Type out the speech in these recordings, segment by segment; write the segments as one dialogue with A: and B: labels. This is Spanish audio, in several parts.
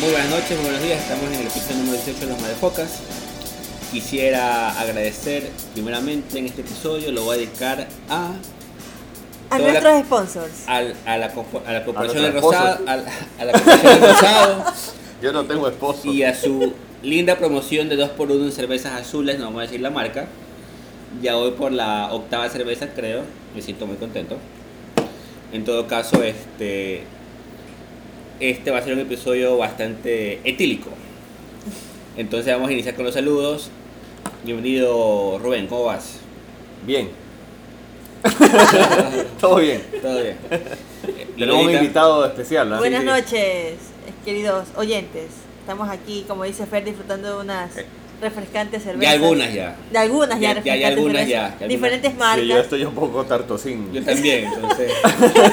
A: Muy buenas noches, muy buenos días. Estamos en el episodio número 18 de Los Madefocas. Quisiera agradecer primeramente en este episodio, lo voy a dedicar a, Toda la- Ah,
B: A nuestros sponsors.
A: al- a, la, compo- a la Corporación
C: nuestros
A: del Rosado, al- a, la Corporación del Rosado
C: Yo no tengo esposo.
A: y a su linda promoción de 2x1 en cervezas azules, no vamos a decir la marca. Ya voy por la octava cerveza, creo. Me siento muy contento. En todo caso, este, este va a ser un episodio bastante etílico. Entonces vamos a iniciar con los saludos. Bienvenido Rubén, ¿cómo vas?
C: Bien. Todo bien.
A: Todo bien.
C: Tenemos un
A: Lolita,
C: invitado especial. ¿ah?
B: Buenas
A: sí.
B: noches, queridos oyentes. Estamos aquí, como dice Fer, disfrutando de unas
C: Eh.
B: refrescantes cervezas.
A: De algunas ya.
B: De
A: Ya-
B: algunas ya,
A: ya hay
B: refrescantes
A: algunas
B: cervezas.
A: ya, ya algunas.
B: Diferentes
C: Sí, yo
B: marcas.
C: estoy un poco tartosín.
A: Yo también, entonces.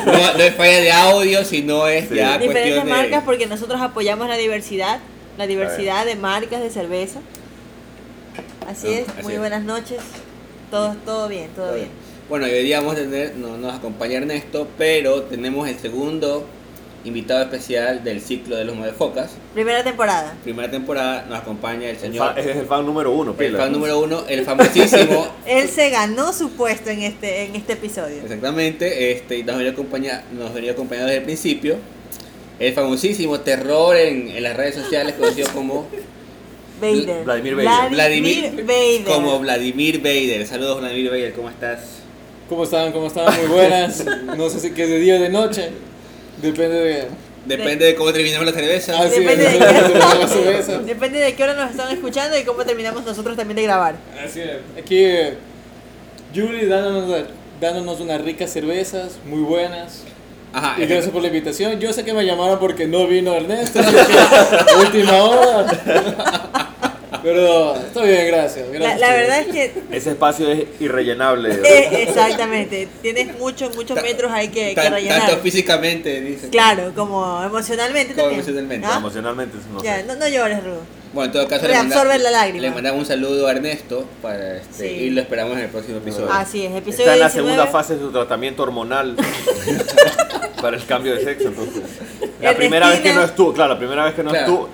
A: No, no es falla de audio, sino es
C: Sí.
A: ya
B: diferentes
A: cuestión de.
B: marcas porque nosotros apoyamos la diversidad, la diversidad de marcas de cerveza. Así
A: No,
B: es,
A: Ah, así
B: muy
A: es.
B: buenas noches. Todo, todo bien, todo, bien.
A: Bueno, y hoy día vamos a tener, no nos acompaña Ernesto, pero tenemos el segundo invitado especial del ciclo de los Modefocas.
B: Primera temporada.
A: Primera temporada nos acompaña el
C: El
A: señor,
C: fan- es el fan número uno,
A: el
C: pila.
A: fan número uno, el famosísimo,
B: Él se ganó su puesto en este, en este episodio.
A: exactamente, este, y nos venía acompaña- nos venía acompañando desde el principio, el famosísimo terror en, en las redes sociales conocido como
B: Vader.
C: Vladimir Vader.
A: Vladimir,
B: Vader.
A: como Vladimir Vader. Saludos Vladimir Vader, ¿cómo estás?
D: ¿Cómo están? ¿Cómo están? Muy buenas. No sé si que es de día o de noche. Depende de.
A: Depende de cómo terminemos la cerveza.
D: Ah, sí,
B: Depende de
D: depende
B: qué-
D: de la cerveza.
B: Depende de qué hora nos están escuchando y cómo terminamos nosotros también de grabar.
D: Así es. Aquí, eh, Julie dándonos, dándonos unas ricas cervezas, muy buenas.
A: Ajá,
D: Y gracias por la invitación. Yo sé que me llamaron porque no vino Ernesto, así que última hora. Pero está bien, gracias.
B: La,
D: gracias
B: la verdad es que,
C: Ese espacio es irrellenable.
B: eh, exactamente, tienes muchos, muchos
A: Ta-
B: metros ahí que, que
A: Tan-
B: rellenar.
A: Tanto físicamente, dice.
B: Claro, como emocionalmente
A: Como
B: también.
A: emocionalmente,
B: ¿Ah?
C: Emocionalmente, no
B: Ya,
C: sé.
B: no, no llores, Rudo.
A: Bueno, en todo caso, le,
B: Reabsorbe la lágrima.
A: le mandamos un saludo a Ernesto para, este,
B: Sí. Ah,
A: y lo esperamos en el próximo episodio.
B: Así es, episodio
C: Está en la
B: 19.
C: segunda fase de su tratamiento hormonal para el cambio de sexo. Entonces. La
B: Ernestina.
C: primera vez que no estuvo, claro, la primera vez que no
A: Claro.
C: estuvo.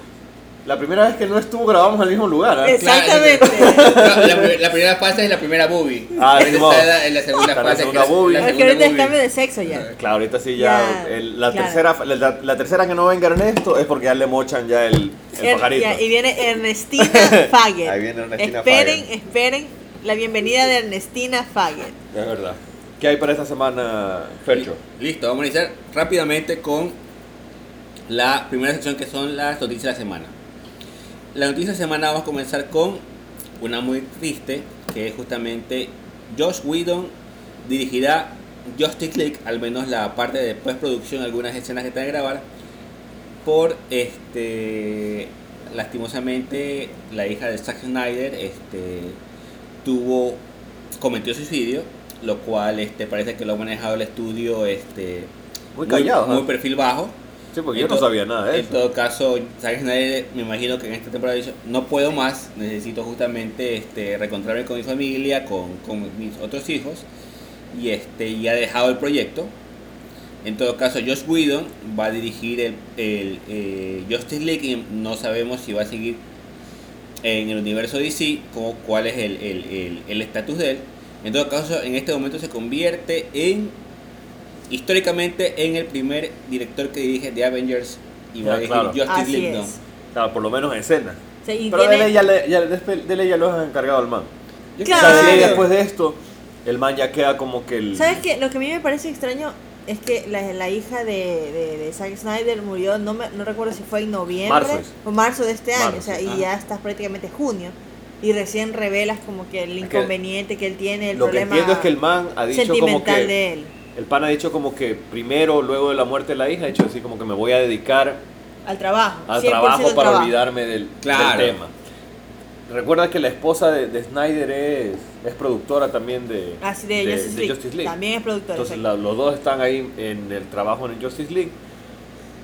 C: La primera vez que no estuvo grabamos al mismo lugar. ¿ah?
B: Es-
A: Claro,
B: Exactamente.
A: no, la, pri- la primera fase es la primera movie.
C: Ah,
A: Esta
C: no.
A: es la- en la segunda
C: Está la
A: fase.
C: segunda
A: que es
C: movie.
A: la
B: No, es que
A: segunda
B: ahorita es
A: movie.
B: cambio de sexo ya.
C: Claro, ahorita sí ya.
B: Ya,
C: el- la,
B: claro.
C: tercera, fa- la, la tercera que no venga Ernesto es porque ya le mochan ya el, el
B: Er-
C: pajarito.
B: ya, y viene Ernestina Faget.
C: Ahí viene Ernestina
B: esperen,
C: Faget.
B: esperen la bienvenida de Ernestina Faget.
C: Es verdad. ¿Qué hay para esta semana, Fercho?
A: Listo, vamos a iniciar rápidamente con la primera sección que son las noticias de la semana. La noticia de la semana vamos a comenzar con una muy triste, que es justamente Josh Whedon dirigirá Justice League, al menos la parte de postproducción, algunas escenas que están a grabar, por este lastimosamente la hija de Zack Snyder este tuvo cometió suicidio, lo cual este parece que lo ha manejado el estudio este
C: Muy callado,
A: muy,
C: ¿ah?
A: perfil bajo.
C: Sí, porque
A: En
C: yo no
A: to-
C: sabía nada de
A: En
C: eso.
A: todo caso, Zack Snyder me imagino que en esta temporada dice, no puedo más, necesito justamente este, reencontrarme con mi familia, con, con mis otros hijos, y, este, y ha dejado el proyecto. En todo caso, Josh Whedon va a dirigir el, el, eh, Justice League y no sabemos si va a seguir en el universo DC, como, cuál es el estatus el, el- el estatus de él. En todo caso, en este momento se convierte en, históricamente, en el primer director que dirige The Avengers y va a
C: Ya,
A: dirigir
C: claro.
A: Justice
B: Así
A: League.
B: es.
A: ¿no?
C: Claro, Ah, por lo menos en escena.
B: Sí, y
C: Pero de
B: tiene-
C: ley ya, le, ya, después, de ley ya lo han encargado al man.
A: Yo
B: Claro.
C: O sea, de ley
A: creo que-
C: después de esto, el man ya queda como que el.
B: ¿Sabes qué? Lo que a mí me parece extraño es que la, la hija de, de, de Zack Snyder murió, no, me- no recuerdo si fue en noviembre
C: Marzo es.
B: o marzo de este año,
C: Marzo,
B: o sea,
A: sí.
B: y
A: Ah.
B: ya estás prácticamente junio. Y recién revelas como que el
C: Es que
B: inconveniente que él tiene, el
C: Lo que
B: problema
C: entiendo es que el man ha dicho como
B: sentimental
C: que.
B: de él.
C: El pan ha dicho como que primero, luego de la muerte de la hija, ha dicho así como que me voy a dedicar
B: Al trabajo.
C: al
B: 100%
C: trabajo
B: al
C: para
B: trabajo.
C: olvidarme del, del
A: Claro.
C: tema. Recuerda que la esposa de, de Snyder es, es productora también de,
B: Así Ah, de, Justice, League. También es productor.
C: Entonces
B: exacto.
C: la- los dos están ahí en el trabajo en el Justice League.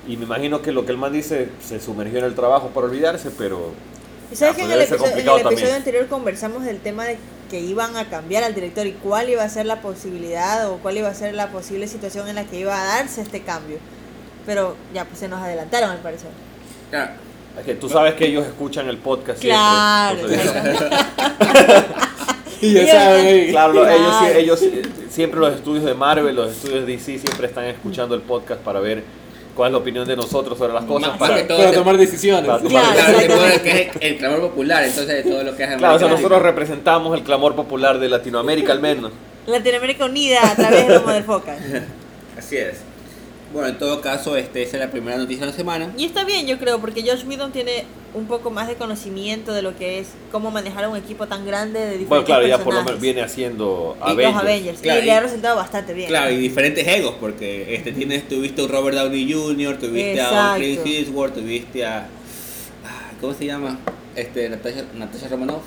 C: Y me imagino que lo que el man dice, se sumergió en el trabajo para olvidarse, pero
B: Y sabes
C: Ah,
B: que en
C: pues
B: el,
C: debe
B: episodio,
C: ser
B: en el
C: complicado
B: episodio
C: también.
B: anterior conversamos del tema de que iban a cambiar al director y cuál iba a ser la posibilidad o cuál iba a ser la posible situación en la que iba a darse este cambio. Pero ya pues se nos adelantaron al parecer.
A: Claro,
C: Es que tú sabes que ellos escuchan el podcast. siempre.
B: Claro,
C: Entonces,
D: Y ya
B: Yo-
D: saben, ey,
C: Claro, ellos,
B: Claro.
C: ellos siempre los estudios de Marvel, los estudios de DC siempre están escuchando el podcast para ver cuál es la opinión de nosotros sobre las cosas.
A: Más
C: para-
A: que todo
D: para
A: te-
D: tomar decisiones.
C: Para tomar-
B: Claro,
A: claro, se puede
B: exactamente.
A: que es el clamor popular, entonces de todo lo que es
C: Claro, o sea,
A: americano.
C: nosotros representamos el clamor popular de Latinoamérica al menos.
B: Latinoamérica Unida a través de los Model Focus.
A: Así es. Bueno, en todo caso, este, esa es la primera noticia de la semana.
B: Y está bien, yo creo, porque Josh Whedon tiene un poco más de conocimiento de lo que es cómo manejar un equipo tan grande de diferentes
C: Bueno, claro, ya por lo menos
B: personajes.
C: viene haciendo
B: Y los Avengers.
A: Claro,
B: y
A: y-
B: le ha resultado bastante bien.
A: Claro, y diferentes egos, porque este tienes, tuviste a Robert Downey Jr., tuviste a un Clint
B: Exacto.
A: Eastwood, tuviste a. ah, ¿Cómo se llama? Este, Natasha, Natasha Romanoff.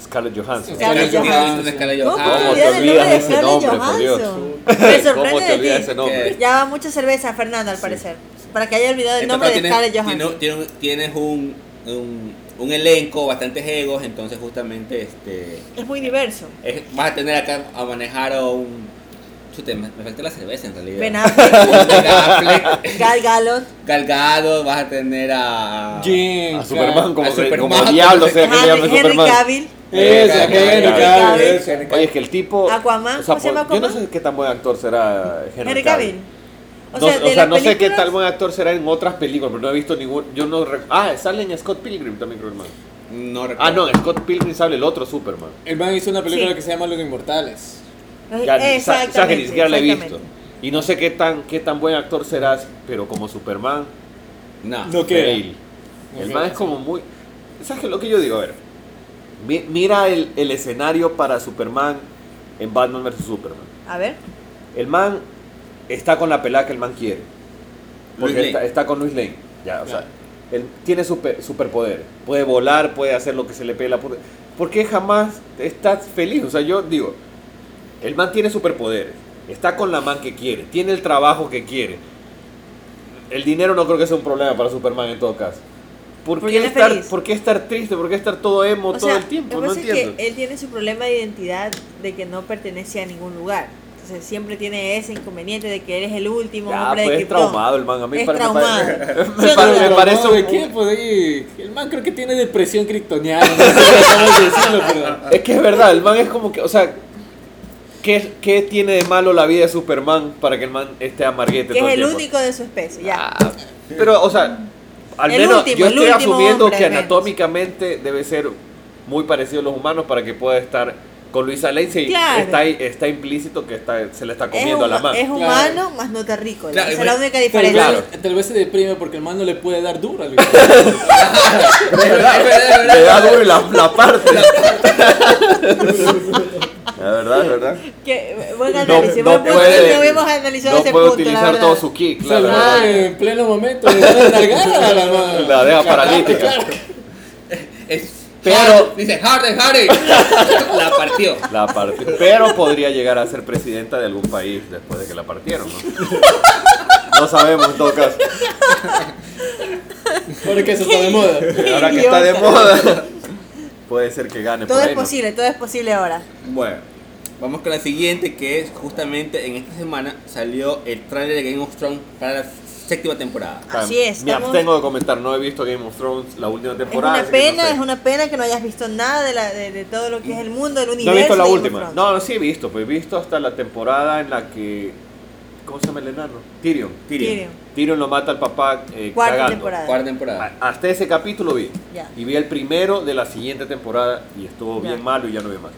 C: Scarlett Johansson.
D: Scarlett
A: Scarlett
D: Johansson.
A: Johansson, Scarlett
B: ¿Cómo
A: Johansson.
B: te
C: ¿Cómo te
B: olvidas del nombre de Scarlett
C: olvidas ese nombre, por Dios?
B: Johansson? Me
C: ¿Cómo
B: sorprende
C: te
B: de
C: olvidas
B: ti.
C: ese nombre?
B: Ya va mucha cerveza, Fernando, al parecer. Para que haya olvidado el
A: Entonces,
B: nombre de
A: tienes-
B: Scarlett Johansson.
A: tiene- tiene un- Tienes, un, un, un elenco, bastantes egos, entonces justamente este
B: Es muy diverso.
A: es- vas a tener acá a manejar a un. Chute, me, me falta la cerveza en realidad.
B: Ben Affleck,
A: Un Ben Affleck,
B: Gal Galot,
A: Galgado, vas a tener a.
D: Jin,
C: A Superman, como,
A: A
C: que-
A: Superman,
C: como
A: como
C: diablo, o
A: se-
C: sea, que le llaman
B: Henry, Henry
C: Superman.
B: Cavill.
D: Eso,
A: Henry
D: Henry
C: Eh, Cavill.
D: Cavill,
B: Henry
D: eso, Henry
C: Oye,
D: Cavill.
C: es que el tipo.
B: Aquaman,
C: o sea,
B: ¿cómo se llama
C: por- Yo no
B: Aquaman?
C: sé qué tan buen actor será Henry,
B: Henry
C: Cavill.
B: Cavill.
C: No,
B: O sea, de las
C: no sé qué
B: películas-
C: tan buen actor será en otras películas, pero no he visto ningún. Yo no rec- Ah, sale en Scott Pilgrim también, creo, hermano.
A: No recuerdo.
C: Ah, no, en Scott Pilgrim sale el otro Superman.
D: El man hizo una película
B: Sí.
D: que se llama Los Inmortales.
C: Ya, ni- sa-
B: Exactamente.
C: o sea, que ni siquiera la he visto.
B: exactamente.
C: Y no sé qué tan, qué tan buen actor serás, pero como Superman,
A: No.
D: No queda.
C: fail.
D: No
C: El
D: queda.
C: man es como muy. ¿Sabes qué es lo que yo digo? A ver, mi- mira el, el escenario para Superman en Batman vs Superman.
B: A ver.
C: El man está con la pelada que el man quiere.
A: Luis
C: Porque
A: Lane.
C: está, está con Luis Lane. Ya, o sea,
D: Claro.
C: él tiene super, superpoder. Puede volar, puede hacer lo que se le pega la puta. ¿Por qué jamás estás feliz? O sea, yo digo, el man tiene superpoderes. Está con la man que quiere. Tiene el trabajo que quiere. El dinero no creo que sea un problema para Superman en todo caso. ¿Por,
B: Porque
C: qué,
B: él es
C: estar,
B: feliz.
C: ¿Por qué estar triste? ¿Por qué estar todo emo
B: O
C: todo
B: sea,
C: el tiempo?
B: lo que
C: No
B: pasa es
C: entiendo.
B: que él tiene su problema de identidad de que no pertenece a ningún lugar. Entonces siempre tiene ese inconveniente de que eres el último
C: Ya,
B: hombre
C: pues
B: de
C: es
B: Krypton.
C: traumado el man. A mí
B: Es
C: pare- me
B: traumado.
C: pare-
B: Sí
C: me
B: o no.
C: pare- me
D: Pero
C: parece
D: no, ¿de
C: un-
D: qué? Pues, ey, el man creo que tiene depresión kryptoniana. No sé cómo decirlo, pero.
C: Es que es verdad, el man es como que, o sea, ¿qué, qué tiene de malo la vida de Superman para que el man esté amarguete
B: Que
C: todo
B: es el
C: tiempo?
B: único de su especie. Ya.
C: Ah, pero, o sea, al
B: El
C: menos
B: último,
C: yo
B: el
C: estoy
B: último
C: asumiendo
B: hombre,
C: que
B: al menos.
C: anatómicamente debe ser muy parecido a los humanos para que pueda estar con Luisa Lane. Si
B: Claro.
C: está, ahí- está implícito que está, se le está
B: es,
C: comiendo a la
B: huma-
C: mano.
B: es humano, más no terrícola.
A: Claro,
B: Esa
A: y
B: es la
A: bueno,
B: única
D: Tal vez,
B: diferencia.
C: Claro.
D: tal vez se deprime porque el man no le puede dar duro al güey.
A: Es verdad, es verdad, es verdad.
C: Le da duro la, la parte. la verdad, es verdad.
B: Que, eh, buen
C: No,
B: análisis.
C: no
B: buen punto.
C: puede,
B: no habíamos analizado
C: no
B: ese
C: puede
B: punto. la
C: utilizar
B: verdad.
C: todo su kick.
D: Se
C: la verdad.
D: va en pleno momento. Le da una nalgada a la man.
C: La deja paralítica.
A: Es-
C: Pero-
A: Dice Harden, Harden. La partió.
C: La parti- pero podría llegar a ser presidenta de algún país después de que la partieron, ¿no? No sabemos en todo caso.
D: Porque eso está de moda.
C: Ahora que está de moda, puede ser que gane
B: Todo
C: por
B: es
C: ahí, ¿no?
B: posible, todo es posible ahora.
A: Bueno, vamos con la siguiente que es justamente en esta semana salió el tráiler de Game of Thrones para la séptima temporada.
C: O sea,
B: Así es,
C: Me
B: estamos-
C: abstengo de comentar, no he visto Game of Thrones la última
B: Es
C: temporada.
B: una
C: así que no
B: pena,
C: sé.
B: es una pena que no hayas visto nada de, la, de, de todo lo que es el mundo, el universo.
C: No he visto la
B: de Game of
C: última.
B: Thrones.
C: No, no, sí he visto, pues he visto hasta la temporada en la que. ¿Cómo se llama el enano? Tyrion.
A: Tyrion.
B: Tyrion.
C: Tyrion lo mata al papá eh,
B: Cuarta
C: cagando.
B: temporada.
A: Cuarta temporada.
C: A- Hasta ese capítulo vi.
B: Ya.
C: Y vi el primero de la siguiente temporada y estuvo
B: Ya.
C: bien malo y ya no vi más.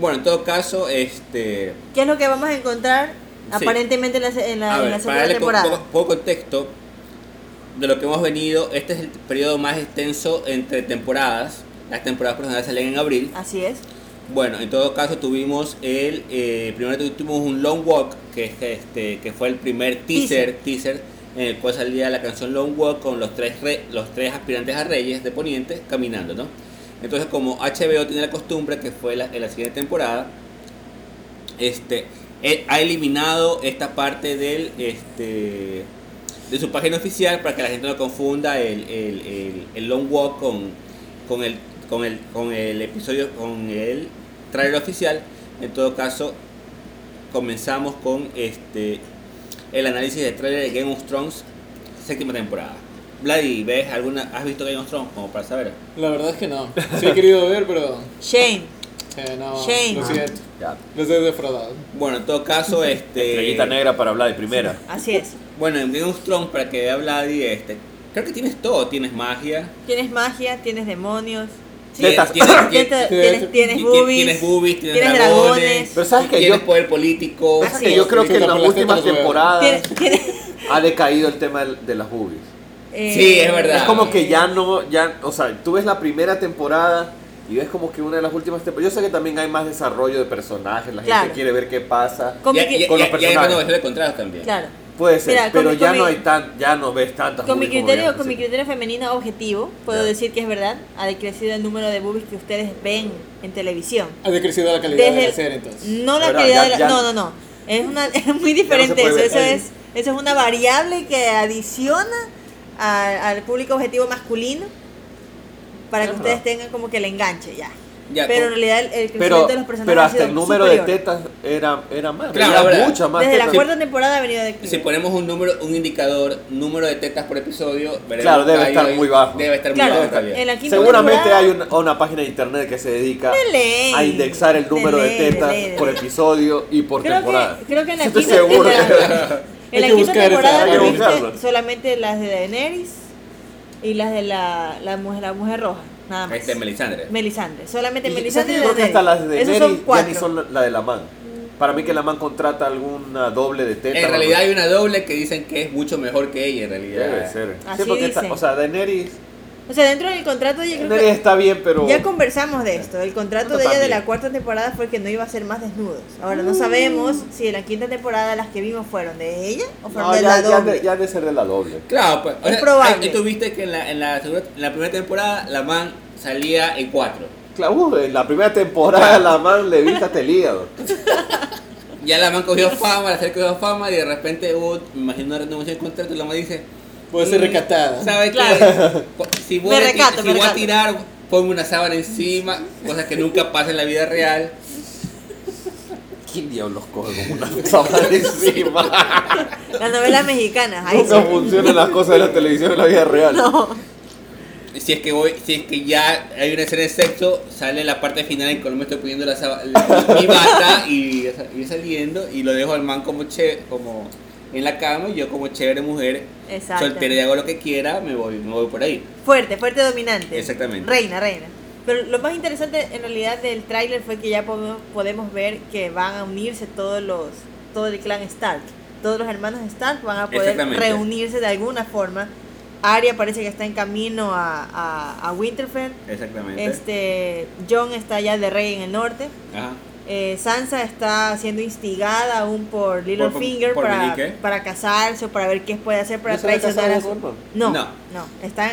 A: Bueno, en todo caso, este.
B: ¿Qué es lo que vamos a encontrar
A: Sí.
B: aparentemente en la, se- en la-
A: A
B: en
A: ver, para
B: la segunda
A: darle con-
B: temporada?
A: poco, poco contexto de lo que hemos venido, este es el periodo más extenso entre temporadas. Las temporadas personales salen en abril.
B: Así es.
A: Bueno, en todo caso tuvimos el eh, primero tuvimos un Long Walk que es este que fue el primer teaser teaser en el cual salía la canción Long Walk con los tres re- los tres aspirantes a reyes de Poniente caminando, ¿no? Entonces como HBO tiene la costumbre que fue la- en la siguiente temporada este él ha eliminado esta parte del este de su página oficial para que la gente no confunda el, el, el- el long walk con, con el con el con el episodio con el trailer oficial en todo caso comenzamos con este el análisis del trailer de Game of Thrones séptima temporada Vladi, ¿ves alguna, ¿has visto Game of Thrones? Como para saber.
D: La verdad es que no. Sí he querido ver, pero.
B: Shane.
D: eh, no,
B: Shane.
D: Lo siento.
C: Ya.
D: Los he defraudado.
A: Bueno, en todo caso, este.
C: Estrellita negra para hablar de primera.
B: Así es.
A: Bueno, en Game of Thrones, para que vea Vladi, este. Creo que tienes todo, tienes magia.
B: Tienes magia, tienes demonios.
C: Tetas.
A: tienes- tienes-
B: Tienes, tienes, tienes boobies.
A: Tienes boobies, tienes,
B: tienes
A: dragones,
B: dragones. Ah,
C: Pero sabes que
A: tienes
C: yo-
A: poder político.
B: Así
C: Que
B: es.
C: yo creo que en las
D: Disculpa, por las
C: últimas
D: tetas no veo.
C: temporadas
B: Tienes- tienes-
C: ha decaído el tema del- de las boobies.
B: eh,
A: Sí, es verdad.
C: Es como que ya no, ya, o sea, tú ves la primera temporada y ves como que una de las últimas temporadas. Yo sé que también hay más desarrollo de personajes, la
B: Claro.
C: gente quiere ver qué pasa.
B: Con
A: ya,
B: mi,
A: ya-
B: cri-
A: ya-
C: con los
A: ya hay
C: personajes.
A: renovación de contratos también.
B: claro.
C: Puede ser,
B: Mira, con
C: pero
B: mi-
C: ya
B: con
C: no
B: mi-
C: hay tan, ya no ves tantas.
B: Con mi
C: boobies como
B: criterio,
C: veías
B: con mi
C: antes.
B: criterio femenino objetivo, puedo
C: Ya.
B: decir que es verdad, ha decrecido el número de boobies que ustedes ven en televisión.
D: Ha decrecido la calidad de
B: Desde
D: la serie, entonces.
B: no la
C: Ahora,
B: calidad
C: ya-
B: de la-
C: ya-
B: no, no, no. Es una es muy diferente
C: puede
B: eso,
C: ver.
B: eso es eso es una variable que adiciona a- al público objetivo masculino para que
C: Ajá.
B: ustedes tengan como que el enganche ya.
A: Ya,
B: pero en
A: con-
B: realidad el, el crecimiento
C: Pero,
B: de los personajes
C: pero
B: ha
C: hasta
B: sido
C: el número
B: superior.
C: de tetas era, era más.
A: Claro,
C: era
A: ahora,
C: mucha más.
B: Desde la
C: tetas.
B: cuarta temporada ha venido de
A: Si ponemos un número, un indicador, número de tetas por episodio, veremos
C: Claro, debe
A: que hay-
C: estar muy bajo.
A: Debe estar
B: Claro,
A: muy bajo también.
B: en la quinta
C: Seguramente
B: temporada-
C: hay una, una página de internet que se dedica
B: De ley.
C: a indexar el
B: De
C: número de,
B: ley, de
C: tetas
B: ley, de
C: por
B: ley.
C: episodio y por
B: Creo
C: temporada.
B: que, creo que en la
C: Estoy
B: quinta
C: seguro.
B: temporada, en la
D: Hay
B: quinta
D: que buscar esa-
B: temporada
C: hay que
B: tuviste
C: buscarlo.
B: solamente las de Daenerys y las de la, la, mujer, la mujer roja, nada más.
A: Este Melisandre.
B: Melisandre, solamente
C: Y- ¿sabes
B: Melisandre
C: qué?
B: y
C: Yo creo que
B: Daenerys.
C: hasta las de
B: Esos
C: Neri
B: son
C: ya
B: cuatro.
C: ni son la- la de la man. Para mí que la man contrata alguna doble de teta.
A: En realidad hay una doble que dicen que es mucho mejor que ella en realidad.
C: Debe ser.
B: Así
C: porque
B: dicen.
C: está- o sea, Daenerys,
B: O sea, dentro del contrato yo creo
C: Daenerys
B: que
C: está bien, pero
B: ya conversamos de esto. El contrato
C: Bueno,
B: de ella de
C: también. Mm.
B: la cuarta temporada fue que no iba a ser más desnudos. Ahora no sabemos si en la quinta temporada las que vimos fueron de ella o fueron
C: no,
B: de
C: ya,
B: la
C: ya,
B: doble.
C: de, ya de ser de la doble.
A: Claro, pues. o
B: Es
A: sea,
B: probable.
A: ahí tú viste que en la, en, la segunda- en la primera temporada la man salía en cuatro.
C: Claro, uh, en la primera temporada la man le viste hasta el hígado.
A: Ya la man cogió fama, la serie cogió fama y de repente hubo, me imagino, una renovación de contrato y la man dice,
D: Puede ser rescatada.
A: ¿sabes
B: Claro.
A: qué? Si voy,
B: Me
A: a, ti-
B: recato,
A: si
B: me
A: voy a
B: recato.
A: tirar, ponme una sábana encima, cosas que nunca pasan en la vida real.
C: ¿Quién diablos coge con una sábana encima?
B: Las novelas mexicanas, ahí
C: Nunca
B: sí.
C: funcionan las cosas de la televisión en la vida real.
B: No.
A: Si es que voy, si es que ya hay una escena de sexo, sale la parte final en Colombia estoy poniendo la, saba- la- mi bata y voy saliendo y lo dejo al man como che, como en la cama y yo como chévere mujer,
B: Exacto.
A: soltera y hago lo que quiera, me voy, me voy por ahí.
B: Fuerte, fuerte dominante.
A: Exactamente.
B: Reina, reina. Pero lo más interesante en realidad del tráiler fue que ya podemos, podemos ver que van a unirse todos los, todo el clan Stark. Todos los hermanos Stark van a poder
A: Exactamente.
B: reunirse de alguna forma. Arya parece que está en camino a, a, a Winterfell.
A: Exactamente.
B: Este, John está ya de rey en el norte.
A: Ajá.
B: Eh, Sansa está siendo instigada aún por Littlefinger
A: por ¿eh?
B: para,
A: Meñique.
B: para casarse o para ver qué puede hacer para
C: ¿No se había
B: traicionar a
C: casado
B: su...
C: con Goldman?
B: No,
A: No.
B: no, está...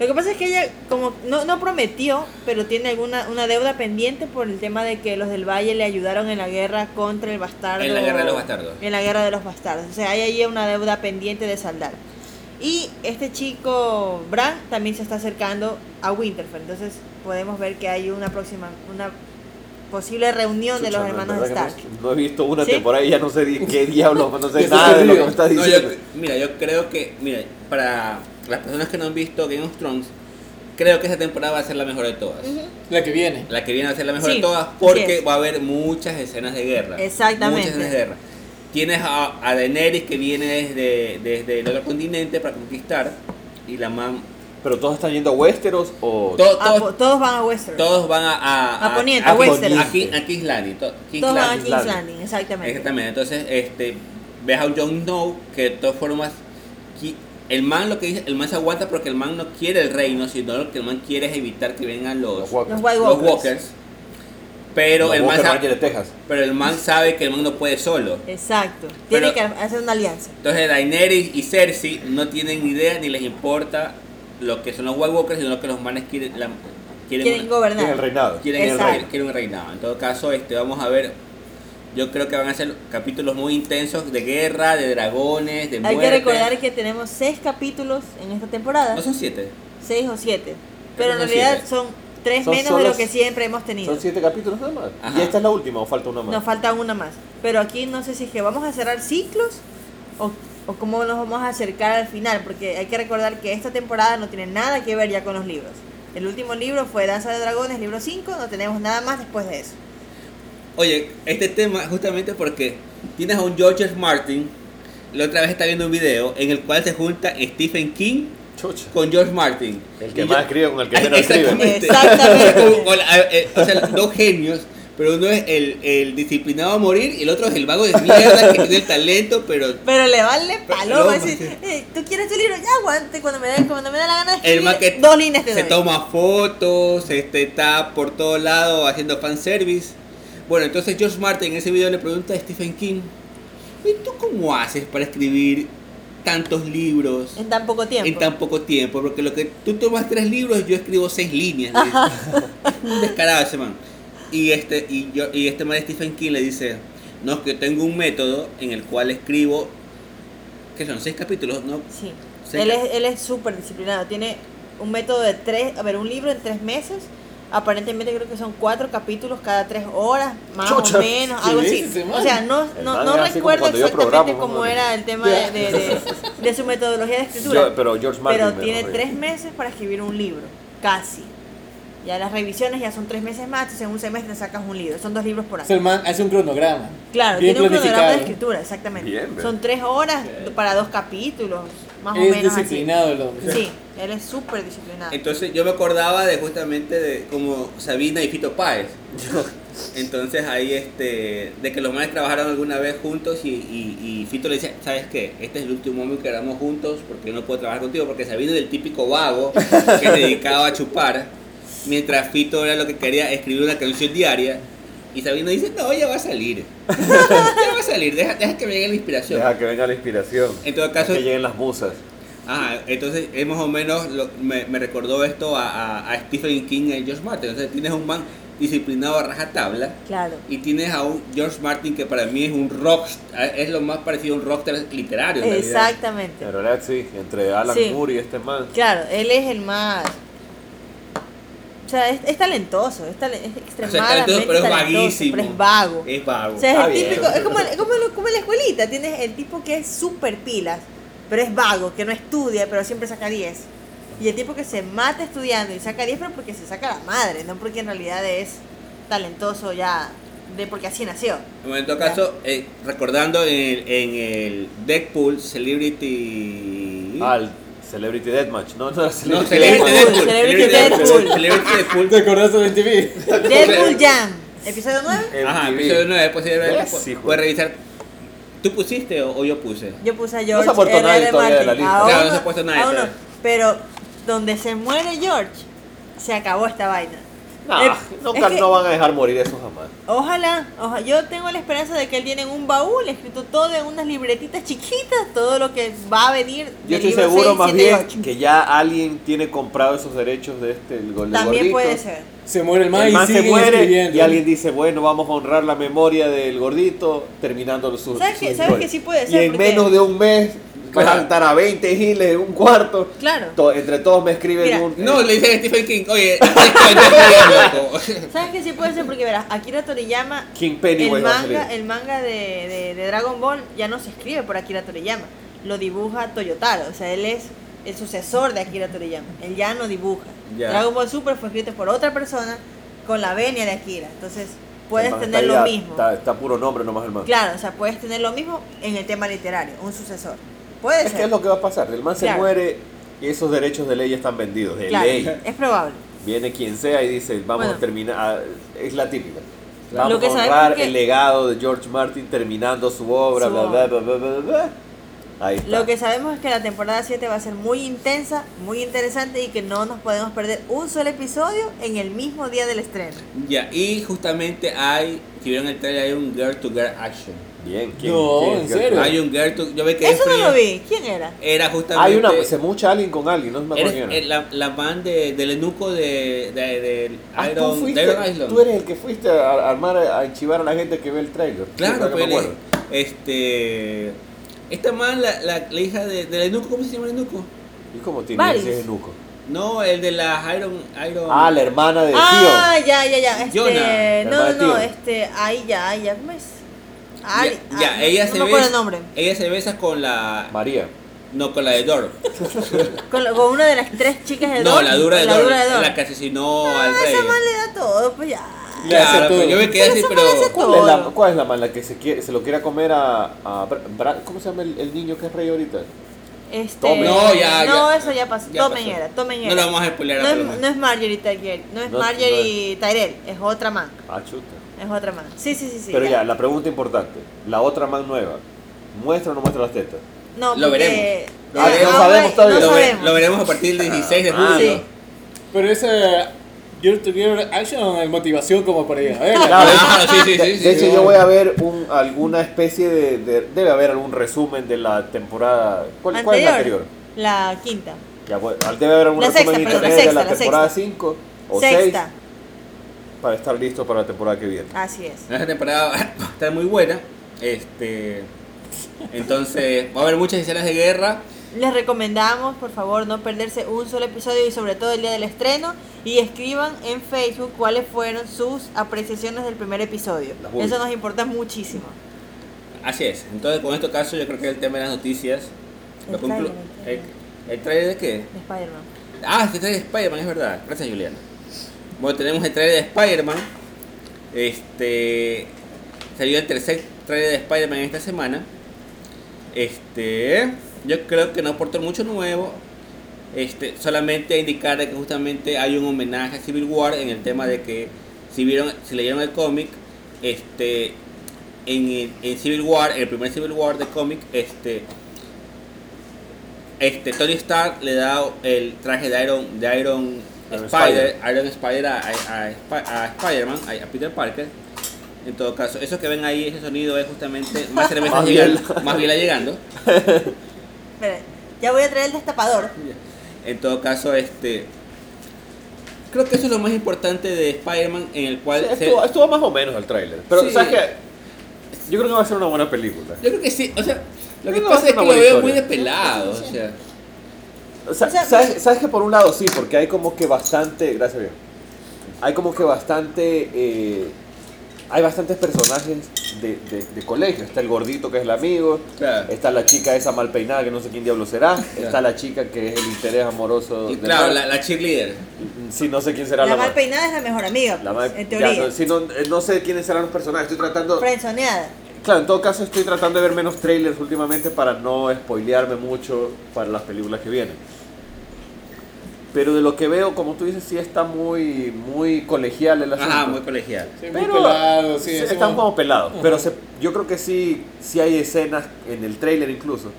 B: Lo que pasa es que ella como no, no prometió, pero tiene alguna una deuda pendiente por el tema de que los del Valle le ayudaron en la guerra contra el bastardo.
A: En la guerra de los bastardos.
B: En la guerra de los bastardos. O sea, hay ahí una deuda pendiente de saldar. Y este chico, Bran, también se está acercando a Winterfell. Entonces podemos ver que hay una próxima, una posible reunión de los
C: Chucha, no,
B: hermanos
C: la verdad
B: Stark.
C: que No, no he visto una
B: ¿Sí?
C: temporada y ya no sé di- qué diablos, no
D: Ya
C: sé
D: está
C: nada de lo que
D: perdido.
C: me estás
A: No, yo-
C: diciendo.
A: mira, yo creo que, mira, para las personas que no han visto Game of Thrones, creo que esa temporada va a ser la mejor de todas.
D: La que viene.
A: La que viene va a ser la mejor
B: Sí,
A: de todas
B: así
A: porque
B: es.
A: va a haber muchas escenas de guerra.
B: Exactamente.
A: Muchas escenas de guerra. Tienes a, a Daenerys que viene desde, desde el otro continente para conquistar y la man...
C: Pero todos están yendo a Westeros o.
A: to-
B: Ah,
A: todos,
B: po- todos van a Westeros.
A: todos van a... A,
B: A Poniente, a Westeros.
A: a King- a King's Landing, to- King's
B: todos van a
A: Landing.
B: King's Landing, exactamente.
A: Exactamente. Entonces, este, ves a un Jon Snow que de todas formas... qui- El man lo que dice, el man se aguanta porque el man no quiere el reino, sino lo que el man quiere es evitar que vengan los, los
C: Los Walkers.
B: Los White
A: Walkers.
B: Walkers.
A: Pero
C: Los
A: el man
C: Walker
A: se-
C: Rangers de Texas.
A: Pero el man sabe que el man no puede solo.
B: Exacto.
A: Pero-
B: Tiene que hacer una alianza.
A: Entonces Daenerys y Cersei no tienen ni idea ni les importa lo que son los White Walkers, sino lo que los manes quieren, la- quieren,
B: Quieren
C: Tienen el
B: gobernar.
C: reinado.
A: quieren el
B: Exacto.
A: reino- quieren un reinado. En todo caso, este vamos a ver. Yo creo que van a ser capítulos muy intensos de guerra, de dragones, de
B: Hay
A: muerte.
B: que recordar que tenemos seis capítulos en esta temporada,
A: No son siete.
B: seis o siete.
A: Pero
B: Pero en
A: son
B: realidad
A: siete.
B: son tres
C: Son
B: menos
C: solo
B: de lo que
C: s-
B: siempre hemos tenido.
C: Son siete capítulos nada más.
A: Ajá.
C: ¿Y esta es la última o falta una más?
B: Nos falta una más. Pero aquí no sé si es que vamos a cerrar ciclos o o cómo nos vamos a acercar al final, porque hay que recordar que esta temporada no tiene nada que ver ya con los libros. El último libro fue Danza de Dragones, libro 5, no tenemos nada más después de eso.
A: Oye, este tema justamente porque tienes a un George R. Martin, la otra vez está viendo un video en el cual se junta Stephen King
C: Chucha.
A: con George Martin.
C: El que
A: Y
C: más
A: yo-
C: escribe con el que
A: Ay,
C: menos escribe.
A: Exactamente.
B: Exactamente.
A: Como- o la- eh, o sea, dos genios, pero uno es el, el disciplinado a morir y el otro es el vago de mierda que tiene el talento, pero
B: Pero le vale paloma
A: Paloma,
B: decir, eh, tú quieres tu libro, ya aguante cuando me dé, cuando me dé la gana de
A: el man
B: escribir,
A: que
B: dos líneas te
A: se
B: doy".
A: toma fotos, este, está por todos lados haciendo fanservice. Bueno, entonces George Martin en ese video le pregunta a Stephen King, ¿y tú cómo haces para escribir tantos libros?
B: en tan poco tiempo.
A: en tan poco tiempo, porque lo que tú tomas tres libros, yo escribo seis líneas. le dice. Un descarado ese man. Y este, y yo, y este man de Stephen King le dice, no, es que tengo un método en el cual escribo, que son seis capítulos, ¿no?
B: Sí.
A: Sí.
B: Él es, él es súper disciplinado. Tiene un método de tres, a ver, un libro en tres meses. Aparentemente creo que son cuatro capítulos cada tres horas, más
C: Chucha.
B: o menos, algo así.
D: Sí, sí, man.
B: o sea, no,
C: El
B: no,
C: man
B: no
C: es así
B: recuerdo
C: como cuando yo
B: exactamente
C: programo,
B: cómo
C: ¿no?
B: era el tema de, de- de- de su metodología de escritura.
C: Yo- pero George Martin
B: Pero
C: me
B: tiene
C: refiero.
B: tres meses para escribir un libro, casi. Ya las revisiones ya son tres meses más, entonces en un semestre sacas un libro. Son dos libros por año.
D: O sea, el man hace un cronograma.
B: Claro,
D: bien
B: tiene un cronograma de
D: planificado.
B: escritura, exactamente.
C: Bien, ve.
B: Son tres horas para dos capítulos, más o
D: Es
B: menos así.
D: disciplinado el hombre.
B: Sí, él es súper disciplinado.
A: Entonces yo me acordaba de justamente de como Sabina y Fito Páez. Entonces ahí este, de que los manes trabajaron alguna vez juntos y, y- y Fito le dice, ¿sabes qué? Este es el último momento que éramos juntos porque no puedo trabajar contigo porque Sabina es el típico vago que se dedicaba a chupar, mientras Fito era lo que quería escribir una canción diaria. Y Sabina dice, no, ya va a salir. ya va a salir, deja, deja que me llegue la inspiración.
C: Deja que venga la inspiración.
A: En todo caso,
C: que lleguen las musas.
A: Ajá, entonces es más o menos, lo- me, me recordó esto a, a- a Stephen King y a George Martin. Entonces tienes un man disciplinado a rajatabla
B: Claro.
A: y tienes a un George Martin que para mí es un rock, es lo más parecido a un rockstar literario. en realidad.
B: Exactamente.
C: En realidad sí, entre Alan
B: Sí.
C: Moore y este man.
B: Claro, él es el más... O sea, es, es talentoso, es, tale- es
A: O sea, está
B: extremadamente
A: todo, pero es
B: talentoso,
A: vaguísimo. Eh,
B: pero es vago.
A: Es vago.
B: O sea, es
C: Está
B: el
C: bien.
B: típico, es como, es como, lo- como en la escuelita, tienes el tipo que es súper pilas, pero es vago, que no estudia, pero siempre saca 10. Y el tipo que se mata estudiando y saca 10, pero porque se saca la madre, no porque en realidad es talentoso ya, de porque así nació.
A: Bueno, en todo caso, eh, recordando en el, en el Deadpool Celebrity...
C: Ah, el Celebrity Deathmatch. No, no era
A: no,
C: Celebrity
A: Celebrity
C: Deathmatch.
A: Deadpool.
B: Celebrity Deadpool.
A: Celebrity Deadpool.
D: ¿Te acordás de MTV?
B: Deadpool Jam, episodio 9,
A: Ajá,
C: MTV.
A: episodio 9, pues sí,
C: Ves,
A: puedes
C: hijo.
A: revisar. ¿Tú pusiste o, o yo puse?
B: yo puse a George
C: se ha puesto
B: R.R.
C: nadie todavía de la
B: Martin.
C: lista.
B: Aún
A: Claro, no
B: no-
A: se ha puesto nadie,
B: aún no.
A: pero-
B: pero donde se muere George, se acabó esta vaina.
C: Nah,
B: Eh,
C: nunca
B: es que-
C: no van a dejar morir eso jamás.
B: Ojalá, oja- yo tengo la esperanza de que él tiene en un baúl escrito todo en unas libretitas chiquitas, todo lo que va a venir. del
C: Yo estoy
B: libro
C: seguro
B: seis,
C: más
B: siete y
C: bien
B: ocho.
C: que ya alguien tiene comprado esos derechos de este el gol de
B: También
C: gordito.
B: puede ser.
D: Se muere el man
C: El
D: y
C: man se
D: sigue
C: muere
D: escribiendo.
C: y alguien dice, bueno, vamos a honrar la memoria del gordito terminando sus
B: ¿Sabes
C: sus
B: que- sabes
C: goles".
B: que sí puede ser,
C: Y en
B: porque-
C: menos de un mes van a
A: Claro.
C: estar a 20 giles, un cuarto.
B: Claro.
C: To- entre todos me escriben
B: Mira.
C: un...
A: No, le dije a Stephen King, oye, hazte cuenta, loco.
B: ¿Sabes que sí puede ser? Porque verás, Akira Toriyama,
C: King
B: el
C: Pennywise va a salir.
B: manga, el manga de, de- de Dragon Ball ya no se escribe por Akira Toriyama, lo dibuja Toyotaro, o sea, él es el sucesor de Akira Toriyama, él ya no dibuja.
A: Ya.
B: Dragon Ball Super fue escrito por otra persona con la venia de Akira, entonces puedes
C: El man
B: tener
C: está
B: lo
C: ya-
B: mismo.
C: Está, está puro nombre nomás el man.
B: Claro, o sea, puedes tener lo mismo en el tema literario, un sucesor. Puede
C: Es
B: ser.
C: que es lo que va a pasar. El man se
B: Claro.
C: muere y esos derechos de ley ya están vendidos. De
B: claro,
C: ley.
B: es probable.
C: Viene quien sea y dice, vamos
B: Bueno.
C: a terminar. ah, Es la típica. Vamos
B: Lo que
C: a
B: sabemos
C: honrar
B: es que-
C: el legado de George Martin terminando su obra,
B: Su
C: bla,
B: obra.
C: bla, bla, bla, bla, bla. Ahí está.
B: Lo que sabemos es que la temporada 7 va a ser muy intensa, muy interesante y que no nos podemos perder un solo episodio en el mismo día del estreno.
A: Ya, y justamente hay, si vieron el trailer, hay un girl to girl action.
C: Bien,
D: No, en
C: es George Martin?
D: serio.
A: Hay un girl to yo me quedé
B: Eso no
A: frío. Eh,
B: lo vi. ¿Quién era?
A: Era justamente.
C: Hay una, se mucha alguien con alguien, no me acuerdo
A: eres-
C: quién era.
A: eh, la, la man de, del enuco de, de, de
C: Ah,
A: Iron,
C: tú,
A: de
C: fuiste,
A: Iron Island.
C: tú eres el que fuiste a a armar, a enchivar a la gente que ve el trailer.
A: Claro, pues,
C: que me
A: pero
C: acuerdo.
A: este. Esta man, la, la, la hija de, del enuco, ¿cómo se llama el enuco?
C: ¿Y cómo tiene
B: Varys.
C: ese nuco?
A: No, el de las Iron. Iron
C: Ah, la hermana de
B: Ah, ya, ya, ya.
A: Jonah,
B: Este,
A: el
B: no, no,
C: batido.
B: no, este, ahí ya, ahí ya, ¿cómo es? Ari-
A: ya, ya,
B: ah,
A: ella
B: no
A: se
B: me acuerdo
A: besa,
B: el nombre.
A: ella se besa con la
C: María.
A: no con la de Dor.
B: Con, la- con una de las tres chicas de
A: No,
B: Dor,
A: la dura de
B: la
A: Dor,
B: dura de Dor.
A: la que asesinó al
B: Ah,
A: rey.
B: esa man le da todo, pues ya.
D: Le hace
A: Claro,
D: todo.
A: pues yo me quedé
B: Pero
A: así,
B: esa
A: pero
B: man hace todo.
C: ¿Cuál es, la, ¿Cuál es la mala que se, quiere, se lo quiera comer a... a Bra- Bra- ¿Cómo se llama el, el niño que es rey ahorita?
B: Este,
C: Tomen.
A: No, ya,
B: No,
A: ya.
B: eso ya pasó.
A: Ya
B: tomen
A: pasó.
B: era, tomen
A: No
B: era.
A: lo vamos a spoilear a
B: No
A: Paloma.
B: es, no es Marjorie Tyrell, no es
C: No,
B: Marjorie Tyrell, es otra man.
C: Ah, chuta.
B: Es otra man. Sí, sí, sí, sí.
C: Pero ya, la pregunta importante. La otra más nueva. ¿Muestra o no muestra las tetas?
B: No,
A: Lo
B: porque-
A: veremos. Lo
B: Ah,
A: veremos.
B: no,
C: Lo sabemos
B: güey,
C: todavía.
B: No
A: lo, ve-
B: sabemos.
A: lo veremos a partir del 16 de
C: Ah,
A: julio.
B: Sí.
D: Pero ese Year to Year Action es motivación como para ir a ver.
C: Claro, de hecho-
A: Ah, sí, sí,
C: de,
A: sí, sí.
C: de hecho, yo voy a ver un, alguna especie de, de- Debe haber algún resumen de la temporada. ¿Cuál, cuál es la anterior?
B: La quinta.
C: Ya, bueno, debe haber algún
B: La
C: resumen
B: sexta,
C: en
B: perdón,
C: internet
B: la
C: de la
B: sexta, la
C: temporada
B: sexta.
C: 5 o 6
B: Sexta.
C: para estar listo para la temporada que viene.
B: Así es.
A: Esta temporada va a estar muy buena. Este, entonces, va a haber muchas escenas de guerra.
B: Les recomendamos, por favor, no perderse un solo episodio y sobre todo el día del estreno. Y escriban en Facebook cuáles fueron sus apreciaciones del primer episodio.
C: Las voy.
B: Eso nos importa muchísimo.
A: Así es. Entonces, con este caso, yo creo que el tema de las noticias.
B: El
A: lo conclu-
B: tráiler, el
A: el- ¿El trailer de qué?
B: De Spider-Man.
A: Ah, este trailer de Spider-Man, es verdad. Gracias, Juliana. Bueno, tenemos el trailer de Spider-Man. Este. Salió el tercer trailer de Spider-Man esta semana. Este. Yo creo que no aportó mucho nuevo. Este, solamente indicar de que justamente hay un homenaje a Civil War en el tema de que si vieron, si leyeron el cómic, este, en, el- en Civil War, el primer Civil War de cómic, este, este Tony Stark le da el traje de Iron de Iron,
C: Iron
A: Spider, Iron Spider a, a- a Spi- a Spider-Man, a, a Peter Parker. En todo caso, eso que ven ahí, ese sonido es justamente más cerveza
C: Más
A: llegando, más biela llegando.
B: Espera, ya voy a traer el destapador.
A: En todo caso, este creo que eso es lo más importante de Spider-Man en el cual
C: Sí,
A: se-
C: estuvo, estuvo más o menos el tráiler. Pero,
A: Sí.
C: ¿sabes qué? Yo creo que va a ser una buena película.
A: yo creo que sí, o sea, lo que
C: No,
A: pasa
C: es
A: es que
C: una
A: lo
C: buena
A: veo
C: historia.
A: muy de pelado, o sea,
C: O sea,
B: O sea,
C: ¿sabes, sabes que por un lado sí, porque hay como que bastante, gracias bien, hay como que bastante, eh, hay bastantes personajes de, de- de colegio. Está el gordito que es el amigo,
A: Claro.
C: está la chica esa mal peinada que no sé quién diablo será, está la chica que es el interés amoroso.
A: y
C: de
A: claro,
C: Mark.
A: la, la cheerleader.
C: Sí, no sé quién será
B: La,
C: la,
B: mal
C: mal
B: peinada es la mejor amiga,
C: la
B: pues,
C: mal-
B: en
C: ya,
B: teoría.
C: no, sí, no, eh, no sé quiénes serán los personajes. Estoy tratando,
B: Frenzoneada.
C: claro, en todo caso estoy tratando de ver menos trailers últimamente para no spoilearme mucho para las películas que vienen. Pero de lo que veo, como tú dices, sí está muy, muy colegial el asunto.
A: Ajá, muy colegial.
D: Sí, muy
C: Pero-
D: pelado, sí.
C: Sí,
D: es
C: están
D: como-
C: como pelados, pero se- yo creo que sí, sí hay escenas en el trailer incluso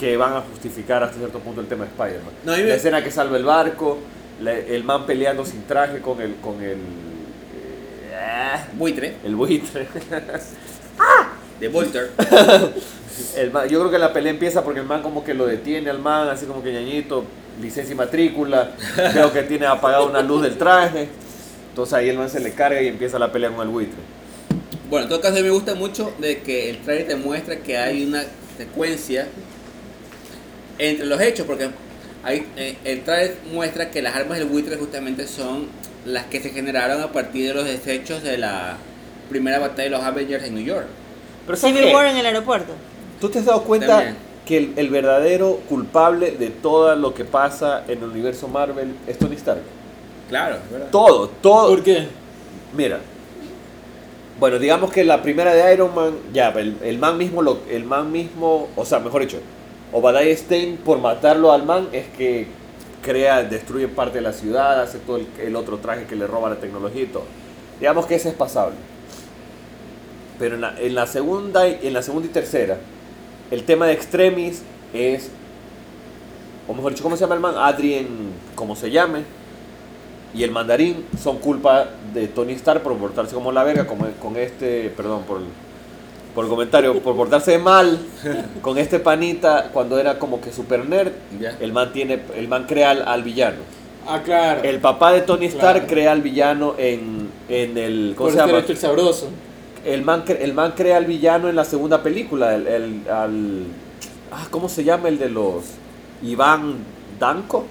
C: que van a justificar hasta cierto punto el tema de Spider-Man.
A: No, a mí
C: la
A: me-
C: escena que salva el barco, la- el man peleando sin traje con el con el eh,
A: Buitre,
C: el buitre.
A: de Volter.
C: El man- yo creo que la pelea empieza porque el man como que lo detiene al man, así como que ñañito, licencia y matrícula, creo que tiene apagada una luz del traje. Entonces ahí el man se le carga y empieza la pelea con el buitre.
A: Bueno, en todo caso, a mí me gusta mucho de que el trailer te muestra que hay una secuencia entre los hechos, porque hay, eh, el trailer muestra que las armas del buitre justamente son las que se generaron a partir de los desechos de la primera batalla de los Avengers en New York.
C: Pero ¿sabes
B: Civil
C: qué?
B: War en el aeropuerto.
C: Eh, ¿Tú te has dado cuenta
A: También.
C: que el, el verdadero culpable de todo lo que pasa en el universo Marvel es Tony Stark?
A: Claro, es verdad.
C: Todo, todo.
D: ¿Por qué?
C: Mira. Bueno, digamos que la primera de Iron Man, ya, el, el man mismo, lo, el man mismo, o sea, mejor dicho, Obadiah Stein por matarlo al man es que crea, destruye parte de la ciudad, hace todo el, el otro traje que le roba la tecnología y todo. Digamos que ese es pasable. Pero en la, en la segunda, y- en la segunda y tercera, el tema de Extremis es, o mejor dicho, ¿cómo se llama el man? Adrien, como se llame, y el mandarín son culpa de Tony Stark por portarse como la verga, como con este, perdón por el, por el comentario, por portarse mal con este panita cuando era como que super nerd.
A: Ya.
C: El man tiene, el man crea al, al villano.
D: Ah, claro.
C: El papá de Tony Stark
D: Claro.
C: crea al villano en, en el, ¿cómo
D: Por
C: se
D: eso
C: llama?
D: eres tú el sabroso.
C: El man, cre- el man crea al villano en la segunda película, el, el- al, ah, ¿cómo se llama el de los Iván Danco?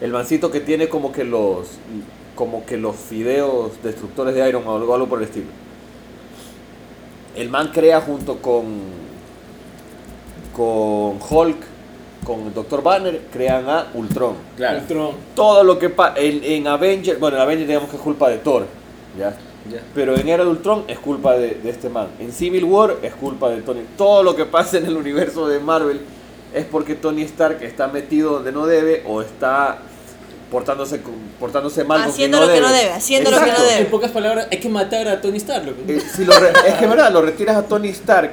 C: El mancito que tiene como que los, como que los fideos destructores de Iron Man o algo, algo por el estilo. El man crea junto con. Con Hulk, con Doctor Banner, crean a Ultron.
A: Claro.
D: El Tron.
C: Todo lo que pasa. En, en Avengers. Bueno, en Avengers digamos que es culpa de Thor. ¿ya?
A: Ya.
C: Pero en Era de Ultron es culpa de, de este man. En Civil War es culpa de Tony. Todo lo que pasa en el universo de Marvel es porque Tony Stark está metido donde no debe o está portándose, con- portándose mal. con quien
B: Haciendo lo que no debe, haciendo lo que no
C: Exacto.
B: debe.
D: En pocas palabras, hay que matar a Tony Stark. loco.
C: Eh, si lo re- es que verdad, lo retiras a Tony Stark.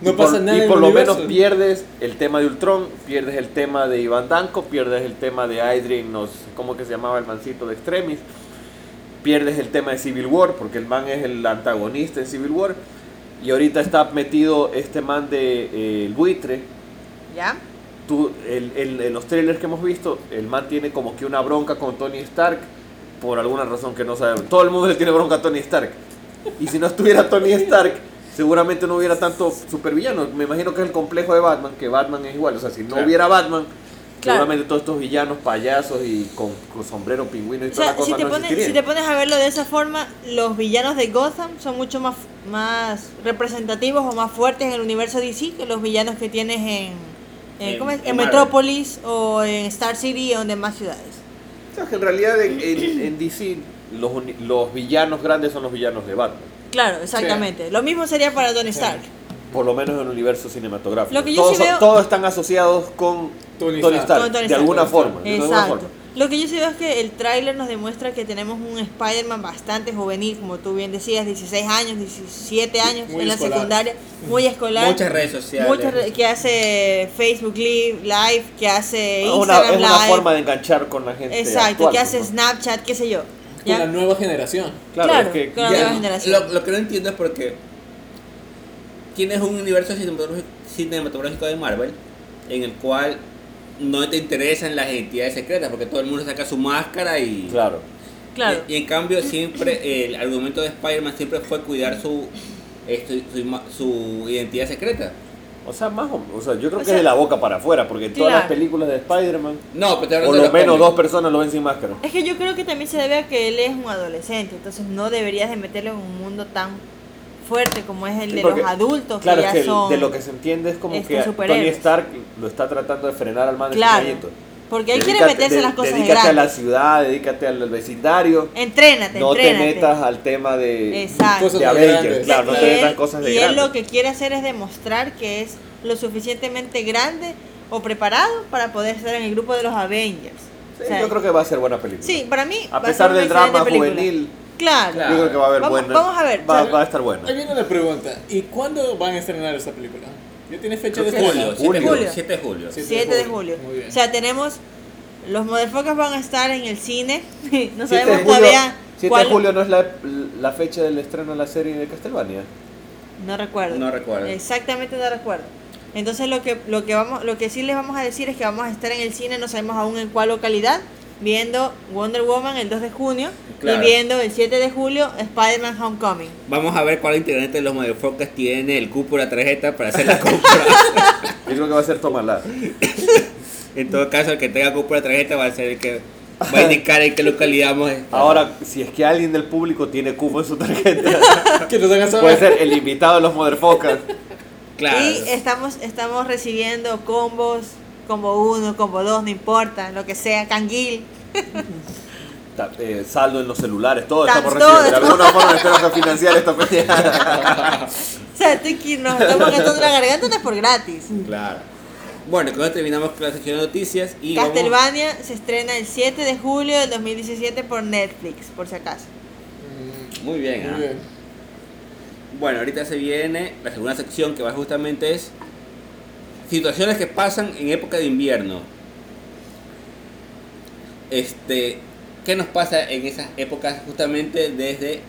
D: No
C: y por-
D: pasa nada
C: Y
D: en
C: por
D: el
C: lo
D: universo.
C: menos pierdes el tema de Ultron, pierdes el tema de Iván Danko, pierdes el tema de Adrien, no sé cómo que se llamaba el mancito de Extremis, pierdes el tema de Civil War, porque el man es el antagonista en Civil War. Y ahorita está metido este man de eh, el buitre.
B: ¿Ya?
C: Tú, el- el- en los trailers que hemos visto, el man tiene como que una bronca con Tony Stark por alguna razón que no sabemos. Todo el mundo le tiene bronca a Tony Stark. Y si no estuviera Tony Stark, seguramente no hubiera tanto supervillano. Me imagino que es el complejo de Batman, que Batman es igual. O sea, si no
A: Claro.
C: hubiera Batman,
B: Claro.
C: seguramente todos estos villanos, payasos y con, con sombrero, pingüino y
B: O
C: toda la
B: sea,
C: cosa
B: si te,
C: no
B: pones, si
C: existirían.
B: te pones a verlo de esa forma, los villanos de Gotham son mucho más, más representativos o más fuertes en el universo DC que los villanos que tienes en, en,
A: En-
B: ¿cómo es?
A: en
B: en
A: Marvel.
B: Metrópolis o en Star City o en demás ciudades.
C: O sea, que en realidad en, en- en DC los, uni- los villanos grandes son los villanos de Batman.
B: Claro, exactamente. Lo mismo sería para Tony Stark.
C: Por lo menos en el universo cinematográfico.
B: Lo que yo
C: todos,
B: sí veo-
C: todos están asociados con Tony,
D: Tony
C: Stark,
D: Stark.
B: Con Tony
C: de
B: Stark.
C: alguna forma. de alguna
B: Exacto.
C: forma.
B: Lo que yo sí veo es que el tráiler nos demuestra que tenemos un Spider-Man bastante juvenil, como tú bien decías, 16 años, 17 años
D: Muy
B: en la
D: escolar.
B: secundaria, muy escolar.
A: Muchas redes sociales.
B: Muchas re- que hace Facebook Live, Live, que hace
C: Es
B: E
C: una,
B: Instagram
C: es una
B: Live.
C: forma de enganchar con la gente.
B: exacto,
C: actual,
B: que hace
C: ¿no?
B: Snapchat, qué sé yo.
D: Con
B: ¿ya?
D: la nueva generación.
C: Claro,
B: claro,
C: es que
B: claro,
C: ya-
B: nueva generación.
A: Lo, lo que no entiendo es porque tienes un universo cinematográfico, cinematográfico de Marvel en el cual no te interesan las identidades secretas porque todo el mundo saca su máscara y...
C: claro.
B: Claro.
A: Y, y en cambio siempre el argumento de Spider-Man siempre fue cuidar su, esto- su, ima- su identidad secreta.
C: O sea, más o, o sea, yo creo
B: O
C: que
B: sea,
C: es de la boca para afuera, porque en todas
B: claro.
C: las películas de Spider-Man,
A: No, pero te hablo
C: por
A: de
C: lo
A: los
C: menos
A: cómics.
C: dos personas lo ven sin máscara.
B: Es que yo creo que también se debe a que él es un adolescente, entonces no deberías de meterlo en un mundo tan fuerte como es el
C: Sí,
B: de
C: porque-
B: los adultos
C: Claro,
B: que ya
C: es que el-
B: son
C: de lo que se entiende es como
B: este,
C: que Tony
B: superhéroes.
C: Stark lo está tratando de frenar al man de su
B: Claro.
C: proyecto.
B: porque él quiere
C: Dedícate-
B: meterse en las cosas de
C: Dedícate a la
B: grandes.
C: ciudad, dedícate al, al vecindario.
B: Entrénate,
C: no te
B: entrénate.
C: metas al tema de,
B: Exacto.
C: de
D: Cosas
C: Avengers,
D: grandes.
C: claro, no
B: y
C: te
B: él,
C: metas en cosas de
B: y él
C: grandes.
B: lo que quiere hacer es demostrar que es lo suficientemente grande o preparado para poder estar en el grupo de los Avengers.
C: Sí,
B: O sea,
C: yo creo que va a ser buena película.
B: sí, para mí
C: A
B: va ser
C: pesar
B: una
C: del drama
B: excelente película.
C: juvenil,
B: Claro.
A: Claro.
C: yo creo que va a haber
B: Vamos-
C: buena.
B: vamos a ver,
C: Va,
B: sale-
C: va a estar buena.
D: Ahí viene la pregunta. ¿Y cuándo van a estrenar esta película? ¿Ya tiene fecha
A: Creo
D: de
A: que es
D: estreno?
A: julio, siete
C: Julio.
A: julio, siete de julio.
D: Sí.
B: 7 de julio.
D: Muy bien.
B: O sea, tenemos los motherfuckers van a estar en el cine. No
C: 7
B: sabemos
C: de julio,
B: todavía
C: 7
B: cuál
C: de julio no es la, la fecha del estreno de la serie de Castlevania.
B: No recuerdo.
A: No recuerdo.
B: Exactamente no recuerdo. Entonces lo que lo que vamos lo que sí les vamos a decir es que vamos a estar en el cine, no sabemos aún en cuál localidad, viendo Wonder Woman el 2 de junio
A: Claro.
B: y viendo el 7 de julio Spider-Man Homecoming.
A: Vamos a ver cuál integrante de los motherfuckers tiene el cupo de la tarjeta para hacer la compra.
C: Yo creo que va a ser Tomalá.
A: en todo caso, el que tenga cupo de la tarjeta va a ser el que va a indicar en qué localidad vamos a estar.
C: Ahora, si es que alguien del público tiene cupo en su tarjeta,
D: Que nos hagan
C: puede
D: saber.
C: ser el invitado de los Motherfuckers.
A: claro.
B: Y estamos estamos recibiendo combos, combo 1, combo 2, no importa, lo que sea, canguil.
C: Ta- eh, saldo en los celulares, todo
B: Ta-
C: estamos
B: todo.
C: recibiendo. De alguna forma nos tenemos que financiar esta pendeja.
B: O sea, estoy aquí, nos estamos gastando la garganta no es por gratis.
A: Claro. Bueno, con esto terminamos con la sección de noticias y vamos-
B: Castlevania se estrena el 7 de julio del 2017 por Netflix, por si acaso.
A: Muy bien, ¿ah?
D: Mm, Muy bien.
A: Bueno, ahorita se viene la segunda sección que va justamente es situaciones que pasan en época de invierno. Este, ¿qué nos pasa en esas épocas justamente desde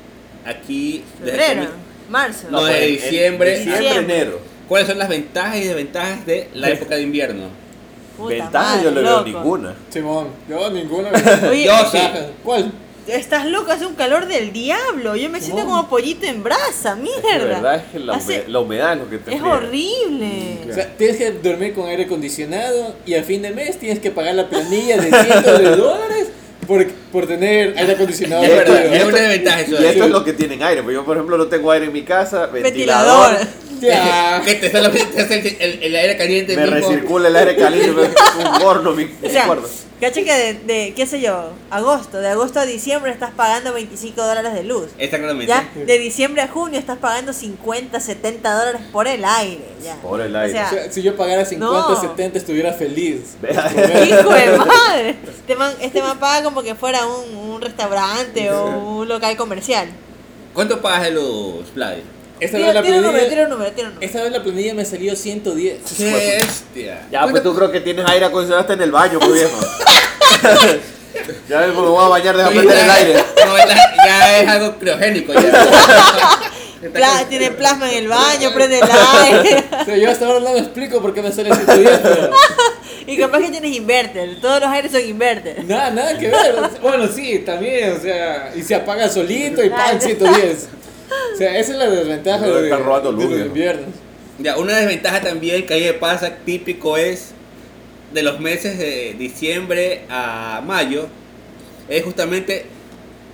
A: aquí desde
B: Febrero,
A: aquí?
B: marzo.
A: No, de
C: en- en
A: diciembre.
C: Diciembre,
B: Diciembre.
C: enero.
A: ¿Cuáles son las ventajas y desventajas de la época de invierno?
B: Puta
C: Ventaja
B: madre,
C: yo no
B: loco.
C: veo ninguna.
D: Simón, yo ninguna.
B: Oye,
A: Yo sí.
D: ¿Cuál?
B: estás loco, hace un calor del diablo. Yo me siento
D: No.
B: como pollito en brasa,
C: Es que
B: mierda.
C: La verdad es que la,
B: Hace-
C: hume- la Mm, humedad es lo que te
B: es
C: friega.
B: horrible.
D: O sea, tienes que dormir con aire acondicionado y a fin de mes tienes que pagar la planilla de cientos de dólares por, por tener aire acondicionado.
A: Es verdad,
D: tío.
A: es una desventaja eso. eh.
C: Y esto es lo que tienen aire. Pues yo, por ejemplo, no tengo aire en mi casa. Ventilador.
B: Ventilador.
D: Ya.
A: Que te sale te hace el, el- el aire caliente.
C: Me
A: mismo.
C: recircula el aire caliente. me un horno mi, mi
B: O sea,
C: cuarto.
B: cacha que de, de, qué sé yo, agosto, de agosto a diciembre estás pagando 25 dólares de luz.
A: Exactamente.
B: Ya, de diciembre a junio estás pagando 50, 70 dólares por el aire. Ya.
C: Por el aire.
B: O
D: O
B: sea,
D: sea, si yo pagara 50
B: No.
D: 70 estuviera feliz.
B: Hijo de madre. Este man, este man paga como que fuera un, un restaurante o un local comercial.
A: ¿Cuánto pagas de los planes?
D: Esta vez,
B: Tira,
D: la
B: tira un número, tira
D: planilla,
B: un número, tira un número.
D: esta vez la planilla me salió 110.
A: ¡Qué bestia!
C: Ya, pues tú creo que tienes aire acondicionado hasta en el baño, pues viejo. ya ves, pues, me voy a bañar, deja
A: No,
C: prender el
A: ya-
C: aire.
A: no, ya, ya es algo criogénico. Ya. Está
B: Pla-
A: con-
B: tiene plasma en el baño, prende el aire.
D: O sea, yo hasta ahora no me explico por qué me sale 110, pero
B: Y capaz que tienes inverter. Todos los aires son inverter.
D: nada, nada que ver. Bueno, sí, también, o sea, y se apaga solito y pan
B: Claro.
D: 110. O sea, esa es la desventaja
C: Pero
D: de,
C: están robando
D: de
C: luz,
D: los
C: viejo.
D: inviernos.
A: Ya, una desventaja también que ahí me pasa típico es de los meses de diciembre a mayo, es justamente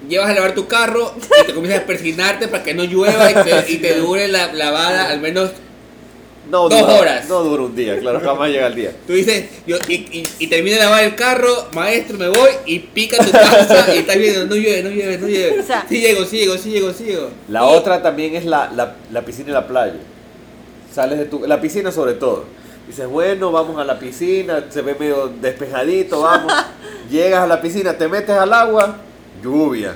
A: llevas a lavar tu carro y te comienzas a persignarte para que no llueva y te, y te dure la lavada al menos.
C: No
A: Dos
C: dura-
A: horas.
C: No dura un día, claro, jamás llega el día.
A: Tú dices, yo, y, y, y termina de lavar el carro, maestro, me voy y pica tu casa y estás viendo, no llueve, no llueve, no llueve.
B: O sea-
A: Sí llego, sí llego, sí llego, sí llego.
C: La otra también es la, la, la piscina y la playa. Sales de tu. La piscina, sobre todo. Dices, bueno, vamos a la piscina, se ve medio despejadito, vamos. Llegas a la piscina, te metes al agua, lluvia.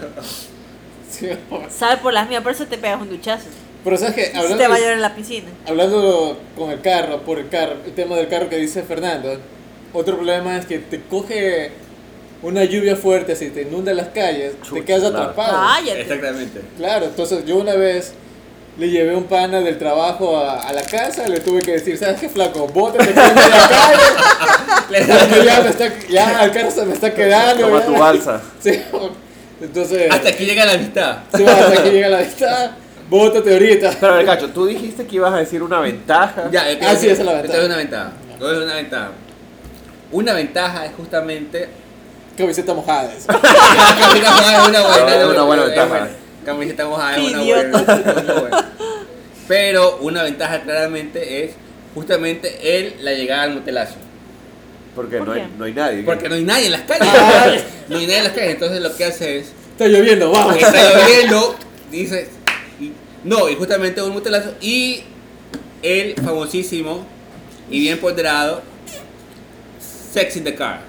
D: Sí,
B: Sal por las mías, por eso te pegas un duchazo.
A: Eh,
D: pero sabes que
B: Si
D: hablando
B: te va a
D: de-
B: llorar en la piscina.
D: Hablando con el carro, por el carro, el tema del carro que dice Fernando, otro problema es que te coge una lluvia fuerte, así te inunda las calles,
C: Chuta,
D: te quedas
C: claro.
D: atrapado.
B: Cállate.
A: Exactamente.
D: Claro, entonces yo una vez le llevé un pana del trabajo a, a la casa, le tuve que decir, ¿sabes qué flaco? Bótate que en la calle, porque ya, me está, ya el carro se me está quedando.
C: Toma
D: ya".
C: tu balsa.
D: Sí, entonces,
A: Hasta aquí llega la amistad.
D: sí, hasta que llega la vista, bótate ahorita.
C: Pero, a ver, Cacho, tú dijiste que ibas a decir una ventaja.
A: Ya, yo te voy
D: Ah,
A: a
D: sí,
A: decir-
D: esa es la
A: yo te
D: ventaja.
A: doy una ventaja. Yo te doy una ventaja. Una ventaja es justamente.
D: Camiseta mojada. eso.
A: Camiseta mojada es una buena,
C: No, es
A: es
C: una buena
A: es
C: ventaja.
A: Camiseta mojada es
B: Qué
A: una buena.
B: idiota.
A: es una buena. Pero una ventaja claramente es justamente el, la llegada al motelazo.
C: Porque
B: ¿Por
C: no
B: qué?
C: hay, no hay nadie.
A: Porque no hay nadie en las calles.
D: Ay.
B: Ah.
A: No hay nadie en las calles. Entonces lo que hace es.
D: Está lloviendo, vamos.
A: Está lloviendo. Dice. y- No, y justamente un motelazo. Y el famosísimo y bien ponderado Sex in the Car.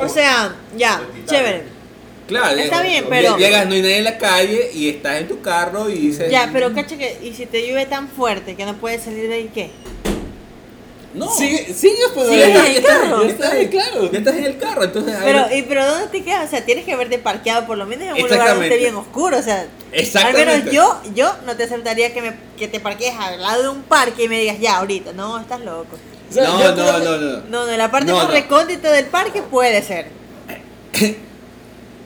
B: O sea, ya, chévere.
A: Claro,
B: Está
A: eh,
B: bien,
A: lle-
B: pero-
A: Llegas, no hay nadie en la calle y estás en tu carro y dices.
B: Ya, pero cacha que, y si te llueve tan fuerte que no puedes salir de ahí, ¿qué?
A: No.
D: Sigue, sigues pues,
B: Sigues en
D: ahí.
B: el carro.
D: Ya estás ahí, claro.
A: Ya estás en el carro, entonces. ahí
B: Pero,
A: no-
B: y, pero ¿dónde te quedas? O sea, tienes que haberte parqueado por lo menos en un lugar donde esté
A: Exactamente.
B: bien oscuro. O sea, al
A: Exactamente.
B: menos yo, yo no te aceptaría que, me, que te parques al lado de un parque y me digas, ya, ahorita. No, estás loco.
D: O sea,
A: No,
D: yo
A: no,
D: creo-
A: no, no, no.
B: No, no, en la parte
A: No,
B: más
A: no.
B: recóndita del parque puede ser.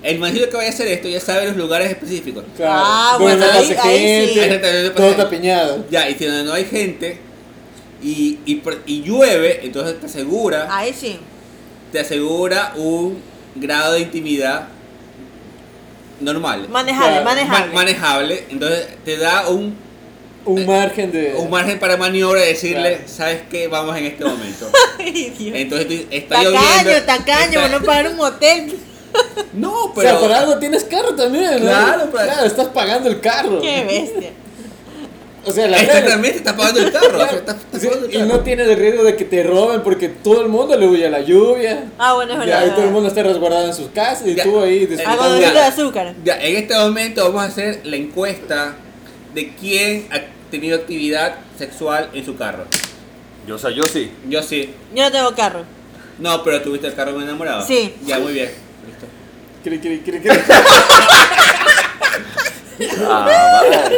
A: El manillo que vaya a hacer esto ya sabe los lugares específicos.
D: Claro.
B: Ah,
D: Donde
B: bueno,
D: no
B: ahí-
D: pase
B: ahí sí.
D: gente,
A: Exactamente, no pasa
D: Todo
A: gente.
D: tapiñado.
A: Ya, y si donde no hay gente y, y, por- y llueve, entonces te asegura.
B: Ahí sí.
A: te asegura un grado de intimidad normal.
B: Manejable,
D: Claro,
B: manejable.
A: Ma- manejable. Entonces te da un,
D: Un margen de.
A: Eh, un margen para maniobra de decirle,
D: Claro.
A: ¿sabes qué? Vamos en este momento.
B: Ay, Dios.
A: Entonces tú- eh, está
B: Tacaño,
A: lloviendo.
B: tacaño,
A: está-
B: por no pagar un hotel.
A: No,
D: O
A: pero...
D: sea, por algo tienes carro también. ¿no?
A: Claro, pues. para-
D: Claro, estás pagando el carro.
B: Qué bestia.
D: O sea, la
A: Este
D: regla-
A: Exactamente, está pagando el carro. o sea,
D: Claro.
A: está- está
D: Sí,
A: pagando el
D: y
A: carro.
D: no tienes el riesgo de que te roben porque todo el mundo le huye a la lluvia.
B: Ah, bueno, es
D: y ahí
B: verdad.
D: todo el mundo está resguardado en sus casas y
A: Ya.
D: tú ahí
B: Algo
D: disfrutando.
B: de
A: Ya.
B: azúcar.
A: Ya, en este momento vamos a hacer la encuesta de quién ha tenido actividad sexual en su carro.
C: Yo, o sea, yo sí.
A: Yo sí.
B: Yo no tengo carro.
A: No, pero tuviste el carro de un enamorado.
B: Sí.
A: Ya, muy bien. Listo.
D: Cri, cri, cri, cri.
C: Ah, vale.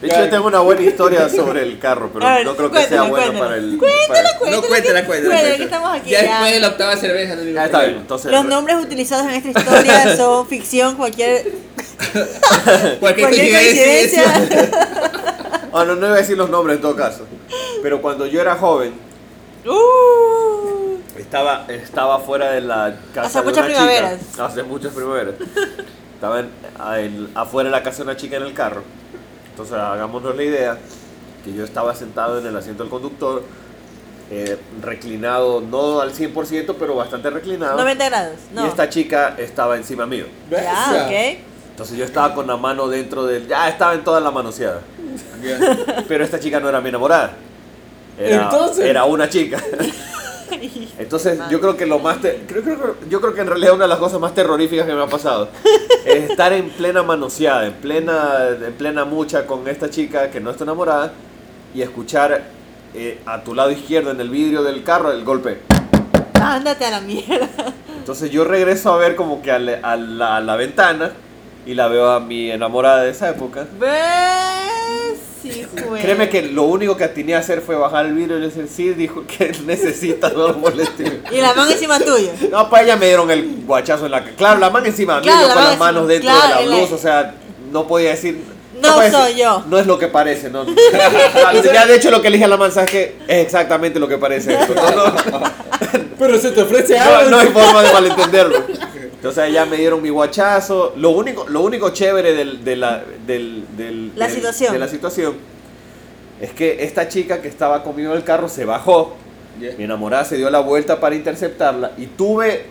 C: De hecho,
D: Ya.
C: yo tengo una buena historia sobre el carro, pero
B: A ver,
C: no creo que
B: cuéntala,
C: sea bueno
B: cuéntala.
C: para el. Ah, para-
B: Cuéntala,
A: No cuente la cuenta.
B: cuéntala, que estamos aquí,
A: Ya,
B: ya.
A: después de la octava cerveza. no digo
C: Ya está
A: nada.
C: bien, entonces.
B: Los nombres utilizados en esta historia son ficción, cualquier,
A: Cualquier
B: cualquier
A: coincidencia.
B: coincidencia.
C: Ah, no, no iba a decir los nombres en todo caso. Pero cuando yo era joven,
B: Uh,
C: Estaba, estaba fuera de la casa
B: Hace
C: de
B: muchas
C: una
B: primaveras.
C: chica. Hace muchas primaveras. Estaba en- a- en- afuera de la casa de una chica en el carro. Entonces hagámonos la idea que yo estaba sentado en el asiento del conductor, eh, reclinado, no al 100%, pero bastante reclinado.
B: 90 grados. No.
C: Y esta chica estaba encima mío.
B: Ya, ok.
C: Entonces yo estaba con la mano dentro del... Ya estaba en toda la manoseada. Pero esta chica no era mi enamorada. Era,
D: Entonces.
C: era una chica. Entonces yo creo que lo más... te- creo- creo- yo creo que en realidad una de las cosas más terroríficas que me ha pasado es estar en plena manoseada, en plena, en plena mucha con esta chica que no está enamorada y escuchar eh, a tu lado izquierdo en el vidrio del carro el golpe.
B: Ándate a la mierda.
C: Entonces yo regreso a ver como que a la, a la- a la ventana y la veo a mi enamorada de esa época.
B: ¿Ves? Sí, güey.
C: Créeme que lo único que atiné a hacer fue bajar el vidrio y decir, sí, dijo que necesita, no lo molesté.
B: Y la mano encima tuya.
C: No, para ella me dieron el guachazo en la cara. Claro, la mano encima de mí,
B: Claro,
C: yo
B: la
C: con
B: mano
C: las manos
B: encima,
C: dentro
B: claro,
C: de
B: en
C: la
B: la-
C: blusa, o sea, no podía decir...
B: No
C: podía
B: soy yo.
C: No es lo que parece, no. ya de hecho lo que le dije a la man, ¿sabes qué? Es exactamente lo que parece esto. No, no,
D: Pero se te ofrece
C: no,
D: algo.
C: no hay forma de malentenderlo. Entonces ya me dieron mi guachazo. Lo único, lo único chévere del, de la, del, del-
B: La
C: del-
B: situación.
C: de la situación es que esta chica que estaba conmigo en el carro se bajó. Mi enamorada se dio la vuelta para interceptarla y tuve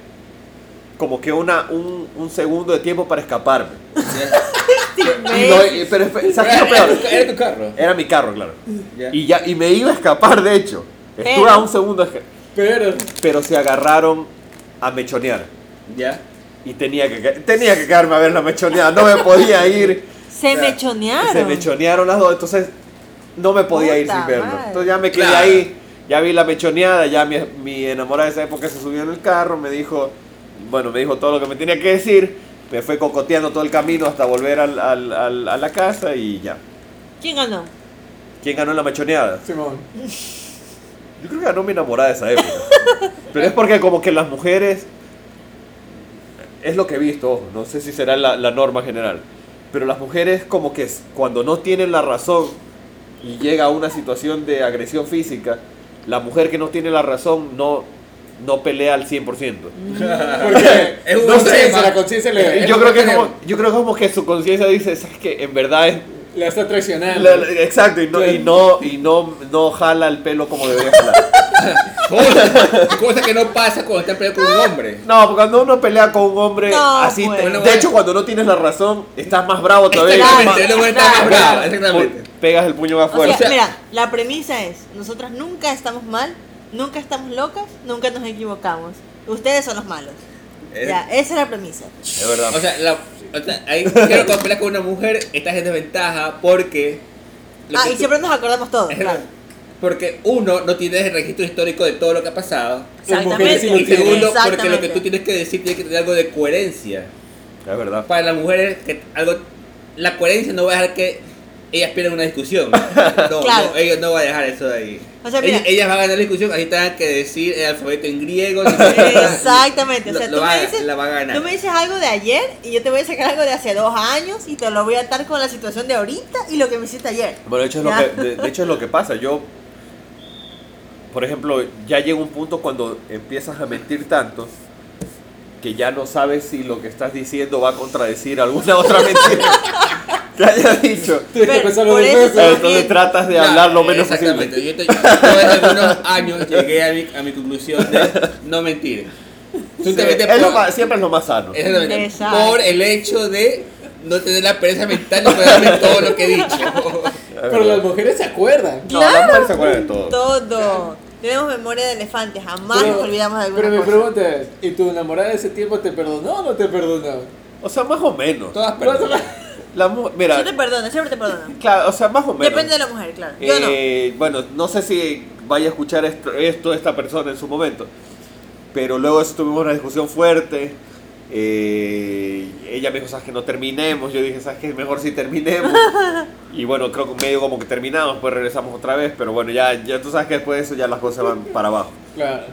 C: como que una, un, un segundo de tiempo para escaparme.
B: Este
C: Y no- y- pero espe- ¿sabes qué es lo peor?
D: Era tu carro.
C: Era mi carro, claro.
D: Ya.
C: Y, ya, y me iba a escapar, de hecho. Estuve
B: Pero-
C: a un segundo, de esca-
D: Pero.
C: pero se agarraron a mechonear.
A: Ya.
C: Y tenía que, ca- tenía que quedarme a ver la mechoneada, no me podía ir.
B: Se
A: Ya.
B: mechonearon.
C: Se mechonearon las dos, entonces no me podía ir
B: Puta
C: sin verlo.
B: madre.
C: Entonces ya me quedé
A: Claro.
C: ahí, ya vi la mechoneada, ya mi, mi enamorada de esa época se subió en el carro, me dijo, bueno, me dijo todo lo que me tenía que decir, me fue cocoteando todo el camino hasta volver al- al- al- a la casa y ya.
B: ¿Quién ganó?
C: ¿Quién ganó la mechoneada?
D: Simón.
C: Yo creo que ganó mi enamorada de esa época. Pero es porque como que las mujeres... Es lo que he visto, ojo, no sé si será la, la norma general. Pero las mujeres como que s- cuando no tienen la razón y llega a una situación de agresión física, la mujer que no tiene la razón no, no pelea al 100%.
A: Mm.
D: Porque.
A: Es un
D: no sé,
A: tema.
D: la conciencia le.
C: Yo
D: es
C: creo,
D: un
C: que es
D: tema.
C: como, yo creo como que su conciencia dice, ¿sabes que En verdad es...
D: La está traicionando.
C: la- la- exacto, y no, y no, y no, no jala el pelo como debería jalar.
A: Cosa, cosa que no pasa cuando estás peleando con un hombre.
C: No, porque cuando uno pelea con un hombre
B: No,
C: así,
B: pues.
C: te-
A: Bueno,
C: de
A: bueno.
C: hecho cuando no tienes la razón, estás más bravo todavía.
A: Exactamente,
C: Más-
A: luego está más bravo, exactamente.
C: pu- Pegas el puño más
B: O sea,
C: fuerte.
B: mira, la premisa es, nosotras nunca estamos mal, nunca estamos locas, nunca nos equivocamos. Ustedes son los malos.
A: Es-
B: Ya, esa es la premisa.
C: es verdad.
A: O sea, la, o sea, ahí creo que cuando peleas con una mujer estás en desventaja porque. lo
B: Ah,
A: que
B: y
A: tú-
B: siempre nos acordamos todos, claro.
A: Porque uno, no tienes el registro histórico de todo lo que ha pasado.
D: mujeres sí lo
A: Y
D: tienen.
A: segundo, porque lo que
B: Exactamente.
A: tú tienes que decir tiene que tener algo de coherencia.
C: es verdad.
A: Para las mujeres, que algo, la coherencia no va a dejar que ellas pierdan una discusión. No,
B: Claro.
A: no, ellos no van a dejar eso de ahí.
B: O sea, mira.
A: ellas, ellas van a ganar la discusión, así tengan que decir el alfabeto en griego. ni siquiera-
B: Exactamente, o
A: Lo-
B: sea,
A: lo
B: tú,
A: va
B: me
A: a-
B: dices,
A: la va a ganar.
B: tú me dices algo de ayer y yo te voy a sacar algo de hace dos años y te lo voy a atar con la situación de ahorita y lo que me hiciste ayer.
C: Bueno, de hecho, es lo
B: Ya.
C: que, de, de hecho es lo que pasa. Yo, por ejemplo, ya llega un punto cuando empiezas a mentir tanto que ya no sabes si lo que estás diciendo va a contradecir alguna otra mentira que haya dicho.
D: Tienes que
B: Pero
D: pensarlo
B: por
D: dos
B: eso-
D: veces.
C: Entonces tratas de hablar lo menos
A: Exactamente. Yo,
C: posible.
A: te- yo desde algunos años llegué a mi, a mi conclusión de no mentir. Simplemente
C: Sí, es lo
A: por-
C: más- siempre es lo más sano.
A: Exactamente.
B: Exacto.
A: Por el hecho de no tener la pereza mental de acordarme todo lo que he dicho.
D: Pero las mujeres se acuerdan.
C: No, las mujeres se acuerdan de todo.
B: Todo. Tenemos memoria de elefante, jamás
D: Pero-
B: nos olvidamos de
D: Pero
B: alguna
D: mi
B: cosa.
D: pregunta es: ¿y tu enamorada de ese tiempo te perdonó o no te perdonó?
C: O sea, más o menos.
A: Todas personas.
C: La mu- mira,
B: Yo te perdono, siempre te perdono.
C: claro, o sea, más o menos.
B: Depende de la mujer, claro. Yo no.
C: Eh, Bueno, no sé si vaya a escuchar esto, esto esta persona en su momento, pero luego eso tuvimos una discusión fuerte. eh, ella me dijo, sabes que no terminemos. Yo dije, sabes que es mejor si terminemos. y bueno, creo que medio como que terminamos, pues regresamos otra vez. Pero bueno, ya, ya tú sabes que después de eso ya las cosas van para abajo.
D: Claro.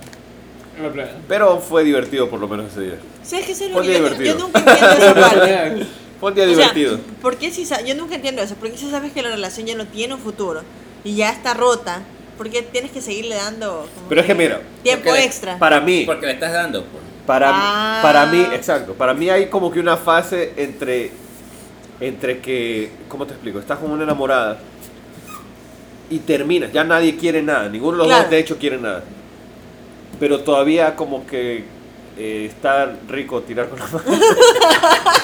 D: En plan.
C: Pero fue divertido por lo menos ese día.
B: Sí, es que eso es lo
C: Ponte
B: que yo,
C: divertido.
B: yo nunca entiendo esa parte.
C: Fue un día
B: O sea,
C: divertido.
B: ¿por qué si sa- yo nunca entiendo eso? Porque si sabes que la relación ya no tiene un futuro y ya está rota Porque tienes que seguirle dando como
C: Pero es que mira,
B: tiempo
A: porque-
B: extra.
C: para mí,
A: Porque le estás dando, pues.
C: para,
B: Ah.
C: para mí, exacto, para mí hay como que una fase entre, entre que, ¿cómo te explico? Estás con una enamorada y terminas, ya nadie quiere nada, ninguno de los
B: Claro.
C: dos de hecho quiere nada, pero todavía como que eh, está rico tirar con la mano.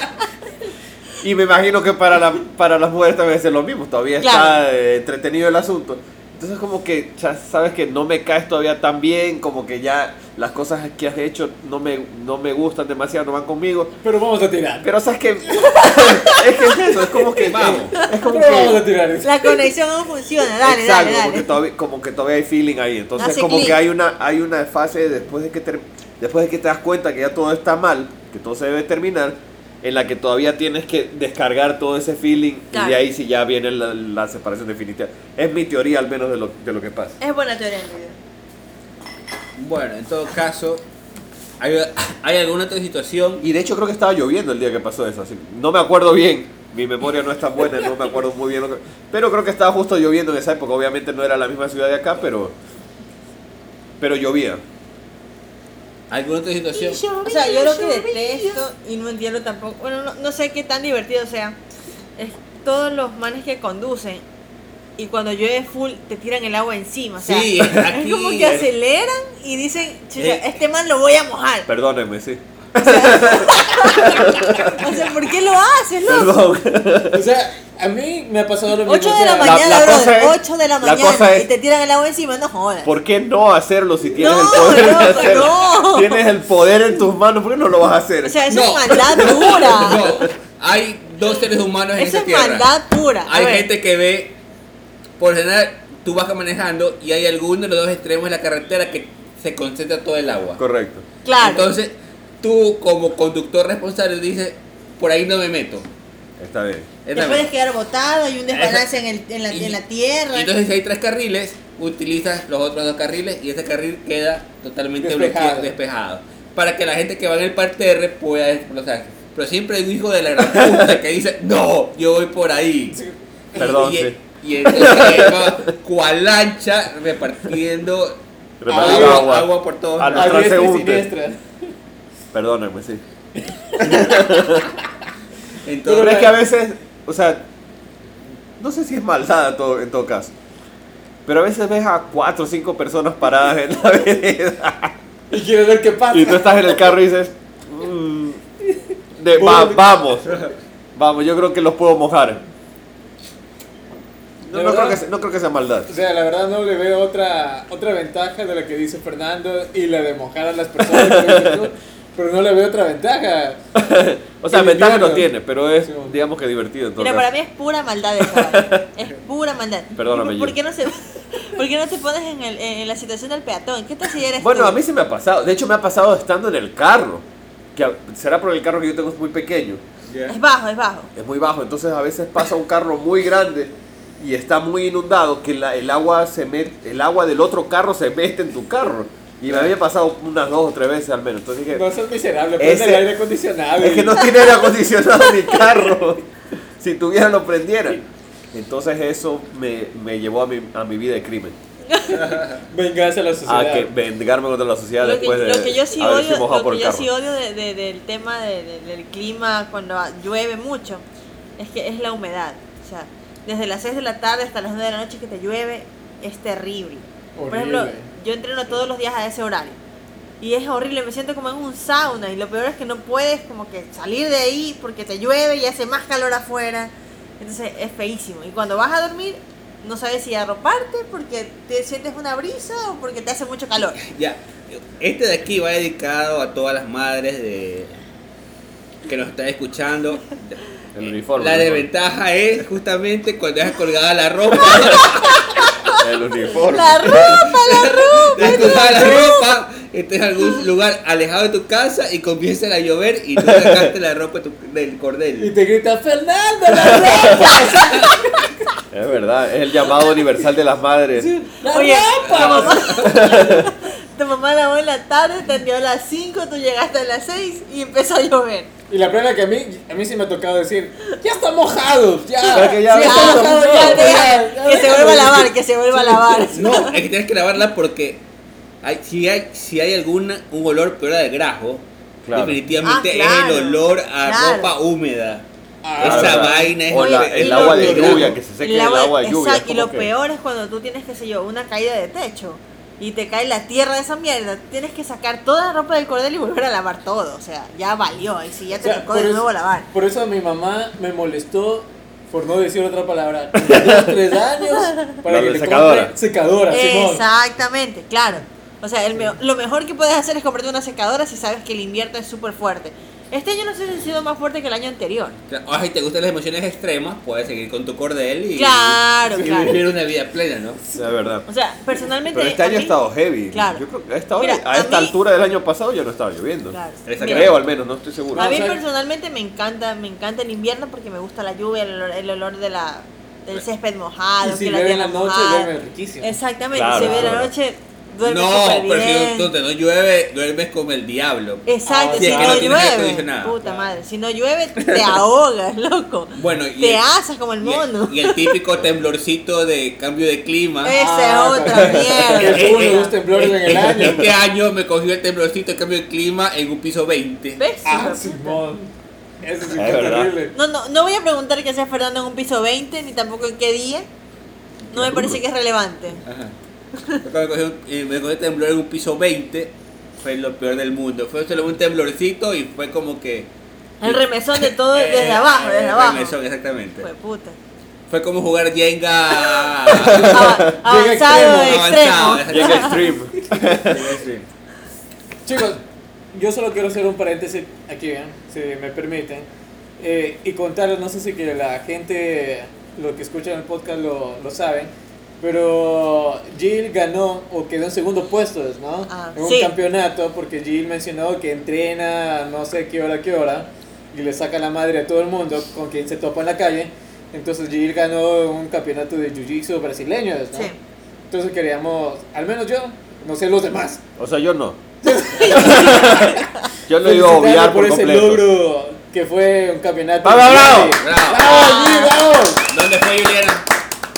C: Y me imagino que para, la, para las mujeres también es lo mismo, todavía está
B: Claro.
C: eh, entretenido el asunto. Entonces como que ya sabes que no me caes todavía tan bien, como que ya las cosas que has hecho no me, no me gustan demasiado, no van conmigo.
D: Pero vamos a tirar.
C: Pero sabes que... es que es eso, es como que...
A: Vamos.
C: Es como
D: Pero vamos a
C: que...
D: tirar.
B: La conexión aún funciona, dale,
C: Exacto,
B: dale,
C: Como, que
B: dale.
C: todavía, como que todavía hay feeling ahí. Entonces
B: Hace
C: como
B: clic.
C: que hay una, hay una fase después de, que ter- después de que te das cuenta que ya todo está mal, que todo se debe terminar, en la que todavía tienes que descargar todo ese feeling y
B: Claro.
C: de ahí sí ya viene la, la separación definitiva. Es mi teoría al menos de lo, de lo que pasa.
B: Es buena teoría en realidad.
A: Bueno, en todo caso, ¿hay, hay alguna otra situación?
C: Y de hecho creo que estaba lloviendo el día que pasó eso, así que no me acuerdo bien. Mi memoria no es tan buena, no me acuerdo muy bien. lo que- Pero creo que estaba justo lloviendo en esa época. Obviamente no era la misma ciudad de acá, pero. Pero llovía.
A: ¿Alguna otra situación?
B: O sea, yo lo que detesto y no entiendo tampoco, bueno, no, no sé qué tan divertido sea, es todos los manes que conducen y cuando llueve full te tiran el agua encima. O sea,
A: Sí,
B: es
A: aquí
B: como que
A: es-
B: aceleran y dicen, "Chucha,
A: Eh.
B: este man lo voy a mojar.
C: Perdónenme, sí.
B: O sea, ¿por qué lo haces, loco?
C: Perdón.
D: O sea, a mí me ha pasado lo mismo.
B: 8 de
D: o sea,
B: la mañana,
C: la
B: brother,
C: cosa es-
B: 8 de la
C: la
B: mañana
C: cosa es-
B: y te tiran el agua encima, no jodas.
C: ¿Por qué no hacerlo si tienes
B: No,
C: el poder de
B: loco,
C: hacerlo?
B: no.
C: Tienes el poder en tus manos, ¿por qué no lo vas a hacer?
B: O sea, eso
A: No.
B: es maldad pura.
A: No, hay dos seres humanos en
B: eso
A: esta
B: es
A: tierra.
B: maldad pura. A
A: Hay
B: ver.
A: gente que ve, por general, tú vas manejando y hay alguno de los dos extremos de la carretera que se concentra todo el agua.
C: Correcto.
B: Claro.
A: Entonces, tú como conductor responsable dices, por ahí no me meto.
C: Está bien.
B: Te puedes quedar botado, hay un desbalance en, el, en, la,
A: Y-
B: en la tierra.
A: Y entonces si hay tres carriles, utilizas los otros dos carriles y ese carril queda totalmente
D: Despejado.
A: bloqueado, despejado. Para que la gente que va en el parterre pueda desplazarse. Pero siempre hay un hijo de la gran puta que dice, no, yo voy por ahí. Y-
C: Perdón,
A: y,
C: sí.
A: y entonces va cual lancha repartiendo
C: Repartiendo
A: agua,
C: agua.
A: agua por todos
C: A los
D: a
A: lados.
D: diestra y
C: transeúntes.
D: siniestra.
C: Perdónenme, sí.
A: Entonces,
C: Pero es que a veces, o sea, no sé si es maldad en todo, en todo caso. Pero a veces ves a cuatro o cinco personas paradas en la vereda.
D: Y quiero ver qué pasa.
C: Y tú estás en el carro y dices, mm, de- va- vamos, vamos, yo creo que los puedo mojar. No,
D: De
C: no creo,
D: verdad.
C: que, se- no creo que sea maldad.
D: O sea, la verdad no le veo otra, otra ventaja de lo que dice Fernando y la de mojar a las personas. que dices tú, pero no le veo otra ventaja.
C: O sea,
D: Sí,
C: ventaja no
D: claro.
C: tiene, pero es,
D: Sí, bueno.
C: digamos que divertido. en todo
B: Mira,
C: caso.
B: para mí es pura maldad esa. vaina. es pura maldad.
C: Perdóname,
B: ¿Por
C: Gio.
B: qué no se ¿Por qué no te pones en, el, en la situación del peatón? ¿Qué tal si eres
C: Bueno,
B: tú?
C: a mí sí me ha pasado. De hecho, me ha pasado estando en el carro. Que a- será por el carro que yo tengo es muy pequeño,
B: es bajo, es bajo.
C: es muy bajo. Entonces, a veces pasa un carro muy grande y está muy inundado que la- el agua se met- el agua del otro carro se mete en tu carro. Y me había pasado unas dos o tres veces al menos. Entonces dije,
D: No seas miserable, prende
C: Ese-
D: el aire acondicionado.
C: Es que
D: y-
C: no tiene aire acondicionado mi carro. Si tuviera, lo prendiera. Entonces eso me, me llevó a mi, a mi vida de crimen.
D: Vengarse a la sociedad.
C: A que vengarme contra la sociedad
B: Lo que,
C: después de
B: lo que yo sí
C: haber sido
B: odio,
C: mojado
B: lo
C: por
B: que
C: el
B: yo
C: carro.
B: sí odio de- de- del tema de- de- del clima cuando llueve mucho es que es la humedad. O sea, desde las 6 de la tarde hasta las 9 de la noche que te llueve es terrible. Por ejemplo,
D: Horrible.
B: yo entreno todos los días a ese horario. Y es horrible, me siento como en un sauna y lo peor es que no puedes como que salir de ahí porque te llueve y hace más calor afuera. Entonces es feísimo. Y cuando vas a dormir no sabes si arroparte porque te sientes una brisa o porque te hace mucho calor.
A: ya, este de aquí va dedicado a todas las madres de que nos están escuchando.
C: El uniforme.
A: La
C: el uniforme.
A: desventaja es justamente cuando dejas colgada la ropa.
C: El uniforme.
B: La ropa,
A: dejas colgada la ropa, estés en algún lugar alejado de tu casa y comienza a llover y tú sacaste la ropa de tu- del
D: Y
A: cordel.
D: te grita, Fernando, la ropa.
C: Es verdad, es el llamado universal de las madres.
D: La
B: Oye, tu
D: ropa.
B: mamá, tu mamá lavó en la tarde, te envió a las 5, tú llegaste a las 6 y empezó a llover.
D: Y la plena que a mí, a mí sí me ha tocado decir, ya está mojado, ya.
C: Pero que ya-
D: sí,
B: Ya,
D: está mojado,
B: ya,
D: ya,
B: ya,
D: ya,
B: que se
D: déjalo".
B: vuelva a lavar, para que se vuelva a lavar.
A: No, es que tienes que lavarla porque hay- si, hay, si hay alguna, un olor peor de grajo,
C: Claro.
A: definitivamente
B: Ah, claro.
A: es el olor a
B: Claro.
A: ropa húmeda.
D: Ah,
A: Esa
C: Claro.
A: vaina es
C: O la-
B: Oye,
C: el
B: y
C: agua
B: lo-
C: de
B: y lo-
C: lluvia, que se seque
B: Y
C: el agua de
B: exacto,
C: lluvia. es
B: y
C: como
B: lo
C: que-
B: peor es cuando tú tienes, qué sé yo, una caída de techo y te cae la tierra de esa mierda. Tienes que sacar toda la ropa del cordel y volver a lavar todo. O sea, ya valió. Y si ya
D: O
B: te
D: sea,
B: tocó de
D: eso-
B: nuevo lavar.
D: por eso mi mamá me molestó por no decir otra palabra. Dos, tres años para
C: La
D: que
C: de
D: le
C: secadora.
D: compre secadora, Simón.
B: Exactamente, claro. O sea, el meo- lo mejor que puedes hacer es comprarte una secadora si sabes que el invierno es súper fuerte. Este año no sé si ha sido más fuerte que el año anterior.
A: O si te gustan las emociones extremas, puedes seguir con tu cordel y,
B: Claro,
A: y
B: claro.
A: vivir una vida plena, ¿no?
C: La verdad.
B: O sea, personalmente.
C: Pero este
B: a
C: año ha
B: mí-
C: estado heavy.
B: Claro.
C: Yo creo que a esta, hora-
B: Mira,
C: a
B: a
C: esta
B: mí-
C: altura del año pasado ya no estaba lloviendo.
B: Claro.
A: Esa
B: Mira,
C: Creo, al menos, no estoy seguro.
B: A mí
D: o sea-
B: personalmente me encanta, me encanta el invierno porque me gusta la lluvia, el olor, el olor de la, del césped mojado,
D: Y si
B: que la
D: llueve en
B: tierra
D: la noche,
B: mojada.
D: duerme riquísimo.
B: Exactamente,
C: Claro,
B: si ve la
C: claro.
B: noche, duerme
A: No,
B: súper
A: pero si
B: bien.
A: donde no llueve, duermes como el diablo.
B: Exacto,
D: Ah,
B: si
D: sí, que
B: no
D: no
A: tienes aire
B: llueve,
A: acondicionado.
B: puta madre, si no llueve te ahogas, loco.
A: Bueno, y
B: te
A: el-
B: asas como el
A: Y el-
B: mono.
A: Y, el típico temblorcito de cambio de clima.
B: Esa
D: Ah,
B: es otra
D: claro.
B: mierda.
D: El uno de los temblores en el año.
A: Este año me cogió el temblorcito de cambio de clima en un piso 20.
B: ¿Ves?
D: Ah,
B: Hijo de puta.
D: Simón. Eso sí
C: Es
D: que es
C: verdad.
D: terrible.
B: No, no, no voy a preguntar qué hacía Fernando en un piso 20, ni tampoco en qué día. No me parece que es relevante.
A: Ajá. Acá Me cogió, eh, me cogió el temblor en un piso 20. Fue lo peor del mundo. Fue solo un temblorcito y fue como que.
B: El remesón de todo
A: Eh,
B: desde abajo, desde abajo.
A: remesón, exactamente.
B: Fue puta.
A: Fue como jugar Jenga.
B: Ava- Avanzado
D: extremo,
B: extremo.
A: avanzado.
C: Llega el stream.
D: Chicos, yo solo quiero hacer un paréntesis aquí, ¿eh? si me permiten, eh, y contarles, no sé si que la gente, lo que escuchan el podcast lo, lo saben, pero Jill ganó o quedó en segundo puesto, ¿no?
B: Ah,
D: en un
B: sí.
D: campeonato, porque Jill mencionó que entrena no sé qué hora, qué hora, y le saca la madre a todo el mundo con quien se topa en la calle. Entonces Jill ganó un campeonato de Jiu-Jitsu brasileño, ¿no?
B: Sí.
D: Entonces queríamos, al menos yo, no sé los demás,
C: O sea, yo no. yo lo iba a obviar
D: Felicitarlo
C: por,
D: ese
C: completo.
D: logro que fue un campeonato.
C: ¡Bravo,
D: mundial.
C: bravo!
A: Bravo.
B: Ah,
D: ¡Bravo, sí, bravo!
A: ¿Dónde fue Juliana?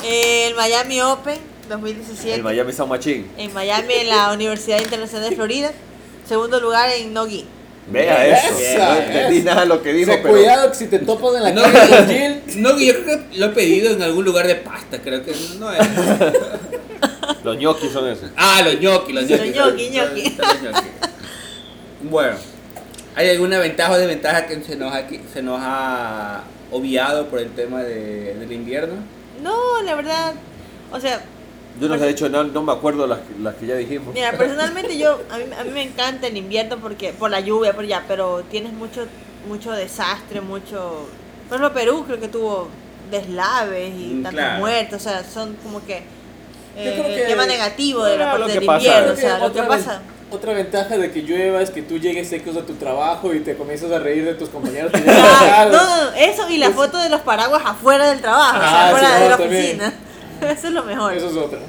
B: Eh, El Miami Open 2017.
C: El Miami Sound Machine.
B: En Miami, en la Universidad Internacional de Florida. Segundo lugar en Nogi.
C: Vea eso.
A: Esa,
C: no entendí
D: esa.
C: nada de lo que dijo,
D: O sea,
C: pero.
D: Cuidado que si te topas en la
A: No,
D: calle con
A: no,
D: Jill.
A: no, yo creo que lo he pedido en algún lugar de pasta, creo que no es.
C: Los ñoquis son esos.
A: Ah, los ñoquis, los
B: Los
A: ñoquis.
B: ñoqui, ñoqui.
A: Los ñoqui. Bueno, ¿hay alguna ventaja o desventaja que se nos ha, qui- se nos ha obviado por el tema de- del invierno?
B: No, la verdad. O sea,
C: Yo no les he dicho nada, no me acuerdo las, las que ya dijimos.
B: mira, personalmente yo, a mí, a mí me encanta el invierno porque por la lluvia, por ya, pero tienes mucho mucho desastre, mucho... Por ejemplo, Perú creo que tuvo deslaves y
A: Mm,
B: tantos
A: claro.
B: muertos, o sea, son como que... eh,
D: creo que-
B: tema negativo de la
C: Ah,
B: parte
C: lo que
B: del
C: pasa.
B: invierno,
C: Creo
B: o sea, lo que
D: otra
B: pasa...
D: ven- Otra ventaja de que llueva es que tú llegues secos a tu trabajo y te comienzas a reír de tus compañeros. que llegan
B: Ah,
D: mojados.
B: no, no, no, eso y la foto de los paraguas afuera del trabajo, o sea,
D: Ah,
B: afuera
D: sí,
B: de la
D: también.
B: oficina. Eso es lo mejor.
D: Eso es otra.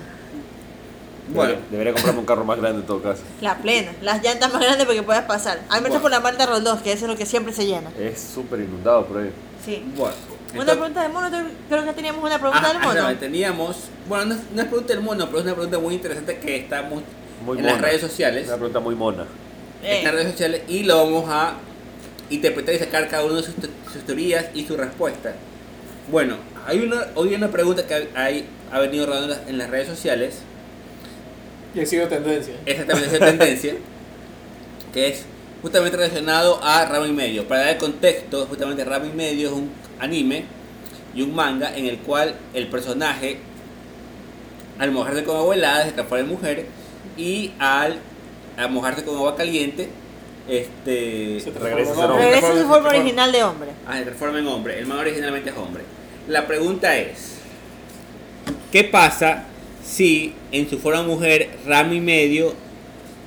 A: Bueno,
C: Debería, debería comprarme un carro más grande en todo caso.
B: La plena, las llantas más grandes porque puedas pasar. Al menos
A: Bueno.
B: por la Marta Roldós, que eso es lo que siempre se llena.
C: Es súper inundado por ahí.
B: Sí.
A: bueno.
B: Una
A: entonces-
B: pregunta del mono, creo- creo que teníamos una
A: Ah,
B: pregunta del
A: ah,
B: mono.
A: no, teníamos, bueno, no es, no es pregunta del mono, pero es una pregunta muy interesante que estamos
C: Muy
A: en
C: mona.
A: las redes sociales.
C: Una pregunta muy mona.
B: Eh,
A: en las redes sociales y lo vamos a interpretar y sacar cada uno de sus, te- sus teorías y sus respuestas. Bueno, hay una, hoy hay una pregunta que hay, ha venido rodando en las- en las redes sociales,
D: Y ha sido tendencia.
A: exactamente esa tendencia, que es justamente relacionado a Ramo y Medio. Para dar el contexto, justamente Ramo y Medio es un anime y un manga en el cual el personaje, al mojarse con agua helada, se transforma en mujer y al, al mojarse con agua caliente, este,
D: Se transforma
C: regresa
D: en
C: a ser
D: hombre.
C: hombre.
B: Regresa a su forma original de hombre.
A: Ah, se transforma en hombre. El man originalmente es hombre. La pregunta es: ¿Qué pasa si en su forma mujer, Rami medio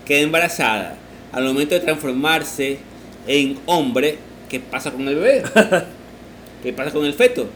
A: queda embarazada? Al momento de transformarse en hombre, ¿qué pasa con el bebé? ¿Qué pasa con el feto?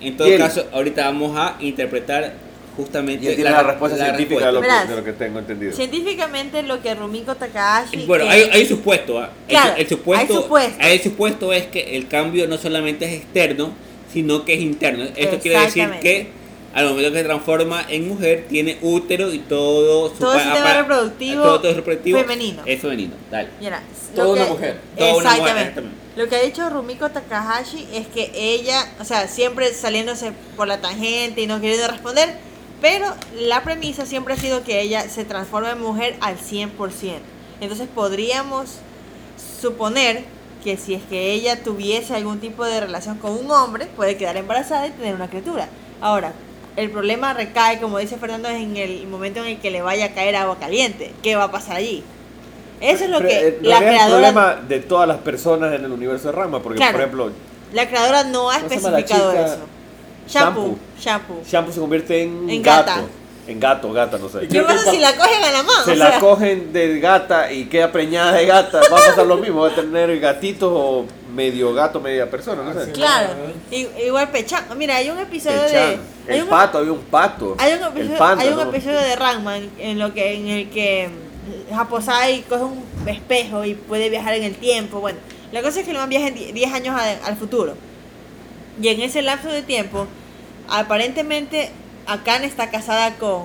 A: En todo
C: Bien.
A: caso, ahorita vamos a interpretar justamente
C: Y él tiene la, respuesta científica de lo, que,
B: Verás.
C: de lo que tengo entendido.
B: Científicamente, lo que Rumiko Takahashi.
A: Bueno,
B: que-
A: hay, hay un supuesto, ¿ah? El-
B: Claro,
A: el, supuesto,
B: hay supuesto.
A: el supuesto es que el cambio no solamente es externo, sino que es interno. Esto quiere decir
B: Exactamente.
A: que al momento que se transforma en mujer, tiene útero y todo su
B: Todo
A: pa-
B: el sistema
A: apa-
B: reproductivo
A: todo, todo reproductivo
B: femenino.
A: Es femenino, dale.
B: Mira, lo
D: Toda una
B: que-
D: mujer.
A: Toda una mujer,
B: Exactamente.
A: exactamente.
B: Lo que ha dicho Rumiko Takahashi es que ella, o sea, siempre saliéndose por la tangente y no queriendo responder, pero la premisa siempre ha sido que ella se transforma en mujer al 100%. Entonces podríamos suponer que si es que ella tuviese algún tipo de relación con un hombre, puede quedar embarazada y tener una criatura. Ahora, el problema recae, como dice Fernando, en el momento en el que le vaya a caer agua caliente. ¿Qué va a pasar allí? Eso es lo
C: Pero,
B: que
C: en
B: la
C: realidad es
B: creadora,
C: el problema de todas las personas en el universo de Rama, porque
B: Claro.
C: por ejemplo,
B: la creadora no ha
C: ¿Cómo se llama la
B: especificado
C: chica?
B: eso. Shampoo, shampoo.
C: Shampoo se convierte en,
B: En
C: gato.
B: gata.
C: En gato, gata, no sé.
D: Y
B: ¿Qué
D: Creo que
B: pasa
D: pa-
B: si la cogen a la mano?
C: Se
B: O
C: la
B: sea,
C: cogen de gata y queda preñada de gata. Va a pasar lo mismo, va a tener gatitos o medio gato, media persona, no sé.
D: Así.
B: Claro. I- Igual Pechan. Mira, hay un episodio
C: Pechan.
B: de. hay
C: El
B: un-
C: pato, había un pato.
B: Hay un
C: El
B: episodio,
C: panda,
B: hay un
C: ¿no?
B: episodio de Rangman en, en lo que en el que mm, Japosai coge un espejo y puede viajar en el tiempo. Bueno, la cosa es que el man viaja en die- 10 años a- al futuro. Y en ese lapso de tiempo, aparentemente Akan está casada con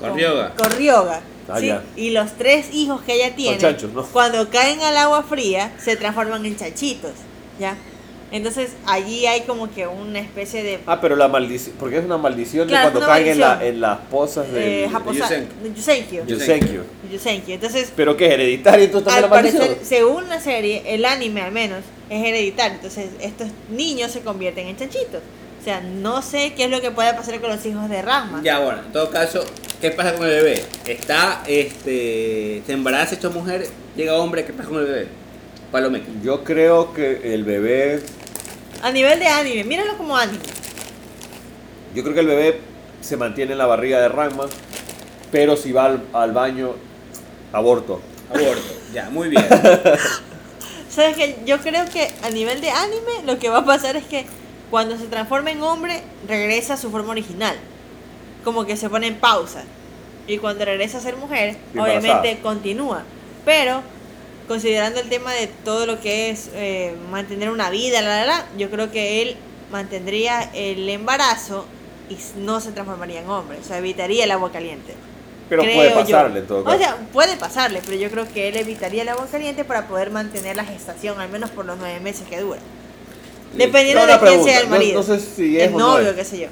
A: Con Ryoga.
B: con Ryoga,
C: Ah,
B: ¿sí?
C: ya.
B: Y los tres hijos que ella tiene,
C: chanchos, ¿no?
B: cuando caen al agua fría, se transforman en chanchitos, ¿ya? Entonces allí hay como que una especie de
C: Ah, pero la maldición, porque es una maldición
B: Claro,
C: de
B: es
C: cuando
B: una
C: caen en, la-
B: maldición.
C: en las pozas de
B: eh, Japosai.
A: Yusenkyo.
B: Yusenkyo.
C: Yusenkyo.
B: Yusenkyo. Entonces,
C: Pero que es hereditario, entonces también
B: al
C: la maldición.
B: parecer, según la serie, el anime al menos, es hereditario. Entonces, estos niños se convierten en chanchitos. O sea, no sé qué es lo que puede pasar con los hijos de Rama.
A: Ya, bueno, en todo caso, ¿qué pasa con el bebé? Está, este, se embaraza esta mujer, llega hombre, ¿qué pasa con el bebé? Palomeca.
C: Yo creo que el bebé,
B: A nivel de anime, míralo como anime.
C: yo creo que el bebé se mantiene en la barriga de Rangman, pero si va al, al baño, aborto.
A: Aborto. Ya, muy bien.
B: ¿Sabes que Yo creo que a nivel de anime, lo que va a pasar es que cuando se transforma en hombre, regresa a su forma original. Como que se pone en pausa. Y cuando regresa a ser mujer,
C: Embarazada.
B: obviamente continúa. Pero, considerando el tema de todo lo que es eh, mantener una vida, la, la, la, yo creo que él mantendría el embarazo y s- no se transformaría en hombre. O sea, evitaría el agua caliente.
C: Pero
B: Creo
C: puede
B: yo.
C: pasarle en todo caso.
B: O sea, puede pasarle, pero yo creo que él evitaría el agua caliente para poder mantener la gestación, al menos por los nueve meses que dura. Dependiendo
C: Ahora
B: de quién
C: pregunta,
B: sea el
C: no-
B: marido.
C: No, sé si es
B: el
C: o no
B: novio,
C: es,
B: qué sé yo.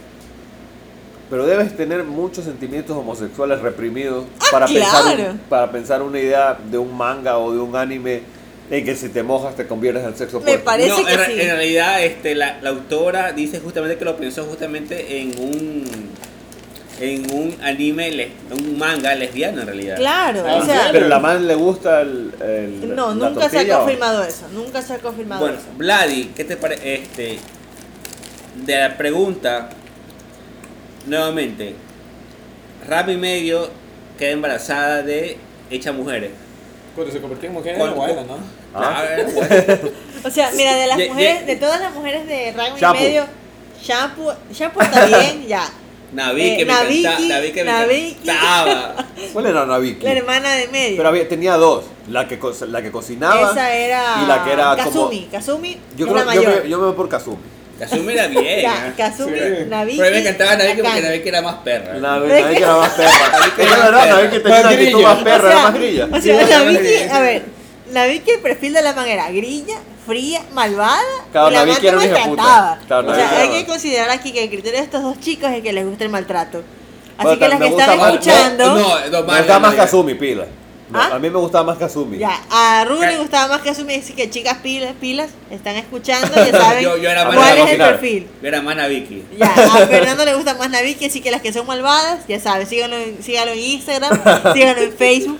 C: pero debes tener muchos sentimientos homosexuales reprimidos
B: Ah,
C: para, pensar
B: claro.
C: un- para pensar una idea de un manga o de un anime en que si te mojas te conviertes en sexo
B: Me
C: opuesto.
B: Parece
A: no,
B: que
A: en, re-
B: sí.
A: en realidad, este, la, la autora dice justamente que lo pensó justamente en un, en un anime, les- un manga lesbiano en realidad.
B: Claro,
D: Ah,
B: o sea,
C: pero la man le gusta el, el-
B: no,
C: la
B: nunca se ha
C: tortilla, ¿o?
B: confirmado eso. Nunca se ha confirmado
A: Bueno,
B: eso.
A: Vladi, ¿qué te parece? Este, de la pregunta, nuevamente, Rami Medio queda embarazada de hecha mujeres.
D: Cuando se convirtió en mujer
A: Cuando-
D: era buena, ¿no?
C: Ah.
A: Ah, bueno.
B: O sea, mira, de las
A: Ye- ye-
B: mujeres, de todas las mujeres de rango
C: Shampoo.
B: y medio, shampoo, shampoo está bien, ya.
A: Naví que
B: Eh,
A: me
B: Naviki,
A: encanta- Naví que me
B: Naviki.
A: encantaba.
C: ¿Cuál era Naviki?
B: La hermana de medio.
C: Pero había, tenía dos, la que, co- la que cocinaba
B: Esa era,
C: y la que era
B: Kazumi.
C: como...
B: Kazumi
C: Yo,
B: es
C: creo,
B: la
C: yo,
B: mayor.
C: me, yo me voy por Kazumi.
A: Kazumi era bien.
B: Ya,
A: ¿eh?
B: Kazumi,
D: Sí.
B: Naviki,
A: Pero a mí me encantaba Naví porque
B: Akane.
A: Naví que era más perra.
C: La verdad que era más perra.
A: Naviki era
C: Ella era
A: perra.
C: la verdad que tenía una
D: Más
C: actitud
D: grilla.
C: más perra, era más grilla.
B: O sea,
D: Sí,
B: la
D: más
B: Vicky,
D: grilla.
B: a ver, la Vicky, el perfil de la man era grilla, fría, malvada.
C: Claro,
B: y la
C: la
B: man
C: Vicky era
B: que
C: una hija de puta.
B: maltrataba.
C: Claro,
B: o
C: la
B: sea,
C: Vicky
B: hay
C: era-
B: que considerar aquí que el criterio de estos dos chicos es que les gusta el maltrato. Así
C: Bueno,
B: que las
C: me
B: que están
C: gusta más-
B: escuchando,
A: No, eh, no,
C: Me
A: mal,
C: gustaba
A: no,
C: más
A: diga.
C: Kazumi, pila. No,
B: ¿Ah?
C: A mí me gustaba más Kazumi.
B: ya, a Rudy
A: Ca-
B: le gustaba más que asumir, así que chicas pilas, pilas, están escuchando, ya saben
A: Yo- yo era más
B: cuál
C: de
B: es el
C: cocinar.
B: perfil.
A: Yo era más Naviki.
B: Ya, a Fernando le gusta más Navi que así que las que son malvadas, ya sabes, síganlo, en- síganlo en Instagram, síganlo en Facebook.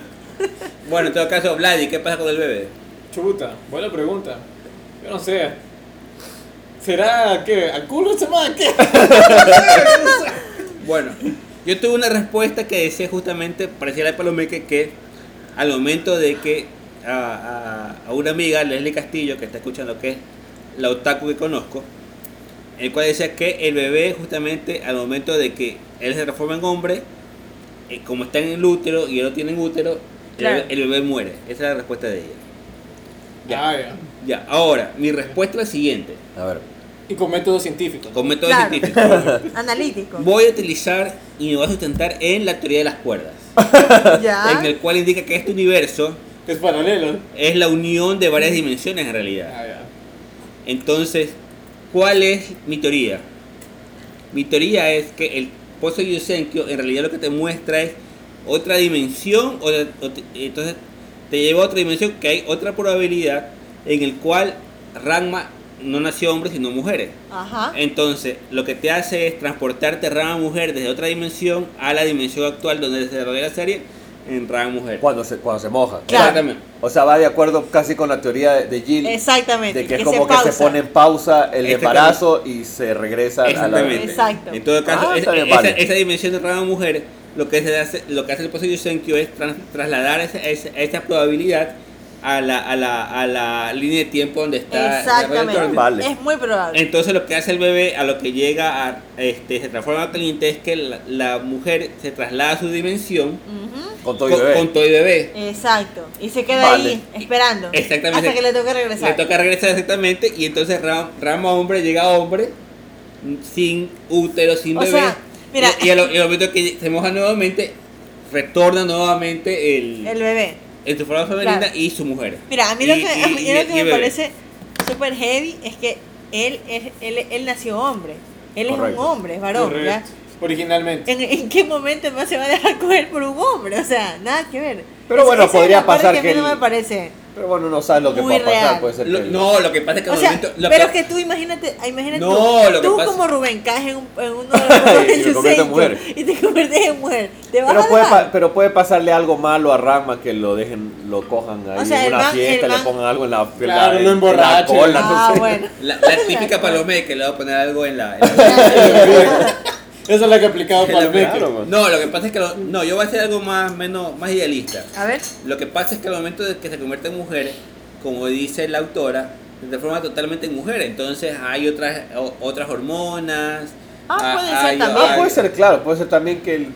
A: Bueno, en todo caso, Vladi, ¿qué pasa con el bebé?
D: Chuta, buena pregunta. Yo no sé. ¿Será que al culo se manda qué?
A: Bueno, yo tuve una respuesta que decía justamente, parecía la de Palomeque, que al momento de que a, a- a una amiga, Leslie Castillo, que está escuchando, que es la otaku que conozco, el cual decía que el bebé justamente al momento de que él se transforma en hombre, eh, como está en el útero y él no tiene útero, el
B: Claro.
A: bebé- el bebé muere. Esa es la respuesta de ella.
D: Ya, ya.
A: Ya, ahora, mi respuesta es la siguiente.
C: A ver.
D: Y con métodos científicos.
A: con método
B: Claro.
A: científico.
B: Analítico.
A: Voy a utilizar y me voy a sustentar en la teoría de las cuerdas, en
B: ya.
A: el cual indica que este universo
D: Es paralelo.
A: es la unión de varias dimensiones en realidad.
D: Ah, ya.
A: Entonces, ¿cuál es mi teoría? Mi teoría es que el pozo Yusenkyo en realidad lo que te muestra es otra dimensión, o la- o te- entonces te lleva a otra dimensión que hay otra probabilidad en el cual Ranma no nació hombre sino mujeres.
B: Ajá.
A: Eh, Entonces, lo que te hace es transportarte Rama Mujer desde otra dimensión a la dimensión actual donde se desarrolla la serie en Rama Mujer.
C: Cuando se, cuando se moja.
B: Claro.
A: Exactamente.
C: O sea, va de acuerdo casi con la teoría de, de Jill.
B: Exactamente.
C: De que es como que se
B: pausa.
C: pone en pausa el
A: Este
C: embarazo y se regresa a la...
A: Exactamente.
B: Exacto.
A: En todo caso,
C: Ah,
A: es-
C: está bien,
A: esa,
C: vale.
A: esa dimensión de Rama Mujer, lo que, se hace, lo que hace el posible Senkyo es tras- trasladar esa, esa- esa probabilidad a la, a, la, a la línea de tiempo donde está desarrollado el
B: Exactamente.
A: torneo.
C: Vale.
B: Es muy probable.
A: Entonces lo que hace el bebé a lo que llega a este, se transforma en caliente es que la, la mujer se traslada a su dimensión
B: Ujú.
C: Con todo
A: con,
C: y bebé.
A: con todo y bebé.
B: Exacto. Y se queda
C: Vale.
B: ahí esperando.
A: Exactamente.
B: Hasta que le toque
A: Le
B: regresar.
A: toca regresar exactamente y entonces Ram- Rama hombre llega a hombre mm, sin útero, sin
B: O
A: bebé.
B: sea, mira.
A: y, y al, y al momento que se moja nuevamente, retorna nuevamente el,
B: El bebé.
A: en su forma femenina
B: Claro.
A: y su mujer.
B: Mira, a mí lo
A: Y-
B: que,
A: y-
B: a mí
A: y-
B: lo
A: y
B: que
A: el
B: me
A: bebé.
B: parece súper heavy es que él, es- él, él nació hombre. Él es
C: Correcto.
B: un hombre, es varón, ¿ya?
D: Correcto. Originalmente.
B: ¿En, en qué momento más se va a dejar coger por un hombre? O sea, nada que ver.
C: Pero bueno,
B: esa es
C: podría
B: la parte
C: pasar
B: que. a mí
C: que
B: no
C: el-
B: me parece.
C: Pero bueno, no sabes lo que
B: Muy
C: puede pasar.
B: real.
C: Puede ser que
A: Lo-
C: el-
A: no, lo que pasa es
C: Este
A: que
B: O
A: al
B: sea,
A: momento- lo
B: pero es
A: que-
B: que tú imagínate, imagínate
A: No,
B: tú,
A: lo que
B: tú
A: pasa-
B: como Rubén caes en, un, en uno
C: Y me
B: de los
C: convierto en mujer.
B: y te conviertes en mujer. Te vas
C: Pero
B: a
C: puede,
B: dejar.
C: pa- pero puede pasarle algo malo a Rama que lo dejen, lo cojan ahí
B: O sea,
C: en
B: el
C: una
B: man-
C: fiesta,
B: el
C: le
B: man-
C: pongan algo en la, en
D: Claro,
C: la,
D: lo
C: en la
D: emborrachen.
C: cola, no
B: Ah,
C: sé.
B: bueno.
A: la, la típica palomé que le va a poner algo en la. en la-
D: Esa es la que aplicaba
A: en la-
D: Palmeque.
C: claro, man.
A: no, lo que pasa es que lo- no, yo voy a hacer algo más menos más idealista.
B: A ver.
A: Lo que pasa es que al momento de que se convierte en mujer, como dice la autora, se transforma totalmente en mujer. Entonces hay otras o- otras hormonas.
B: Ah, puede ser
A: hay-
B: también.
A: hay-
C: Ah, puede ser, claro, puede ser también que el-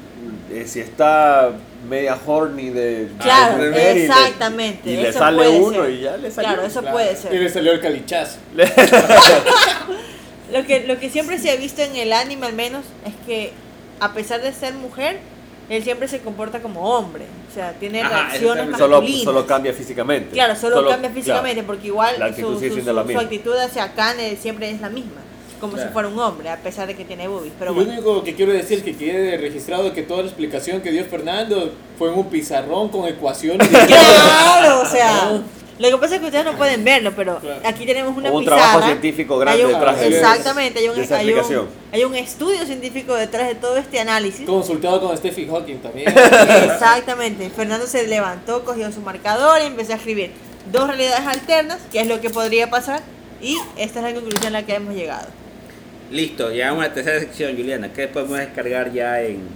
C: eh, si está media horny de
B: Claro,
C: de comer y le-
B: exactamente,
C: y le,
B: eso
C: sale
B: puede
C: uno
B: ser.
C: y ya le sale
B: Claro, eso puede
D: Y
B: ser.
D: le salió el calichazo.
B: Lo que, lo que siempre se ha visto en el anime, al menos, es que a pesar de ser mujer, él siempre se comporta como hombre. O sea, tiene
A: Ajá,
B: reacciones
A: exactamente.
C: solo,
B: masculinas.
C: solo cambia físicamente.
B: Claro, solo, cambia físicamente,
C: claro.
B: porque igual
C: La actitud
B: su,
C: sigue
B: su-
C: siendo la
B: su- su
C: misma.
B: actitud hacia Kane siempre es la misma, como
A: Claro.
B: si fuera un hombre, a pesar de que tiene boobies. Pero
D: Lo
B: bueno,
D: único que quiero decir es que quede registrado que toda la explicación que dio Fernando fue en un pizarrón con ecuaciones.
B: claro, o sea, lo que pasa es que ustedes no pueden verlo, pero
D: Claro.
B: aquí tenemos una
C: Hubo un
B: pizarra.
C: trabajo científico grande
B: hay un-
D: detrás de-
B: Exactamente, hay un,
C: de esa
B: hay, un,
C: explicación.
B: hay un estudio científico detrás de todo este análisis.
D: Consultado con Stephen Hawking también.
B: Exactamente, Fernando se levantó, cogió su marcador y empezó a escribir dos realidades alternas, que es lo que podría pasar, y esta es la conclusión a la que hemos llegado.
A: Listo, llegamos a la tercera sección, Juliana, que podemos descargar ya en,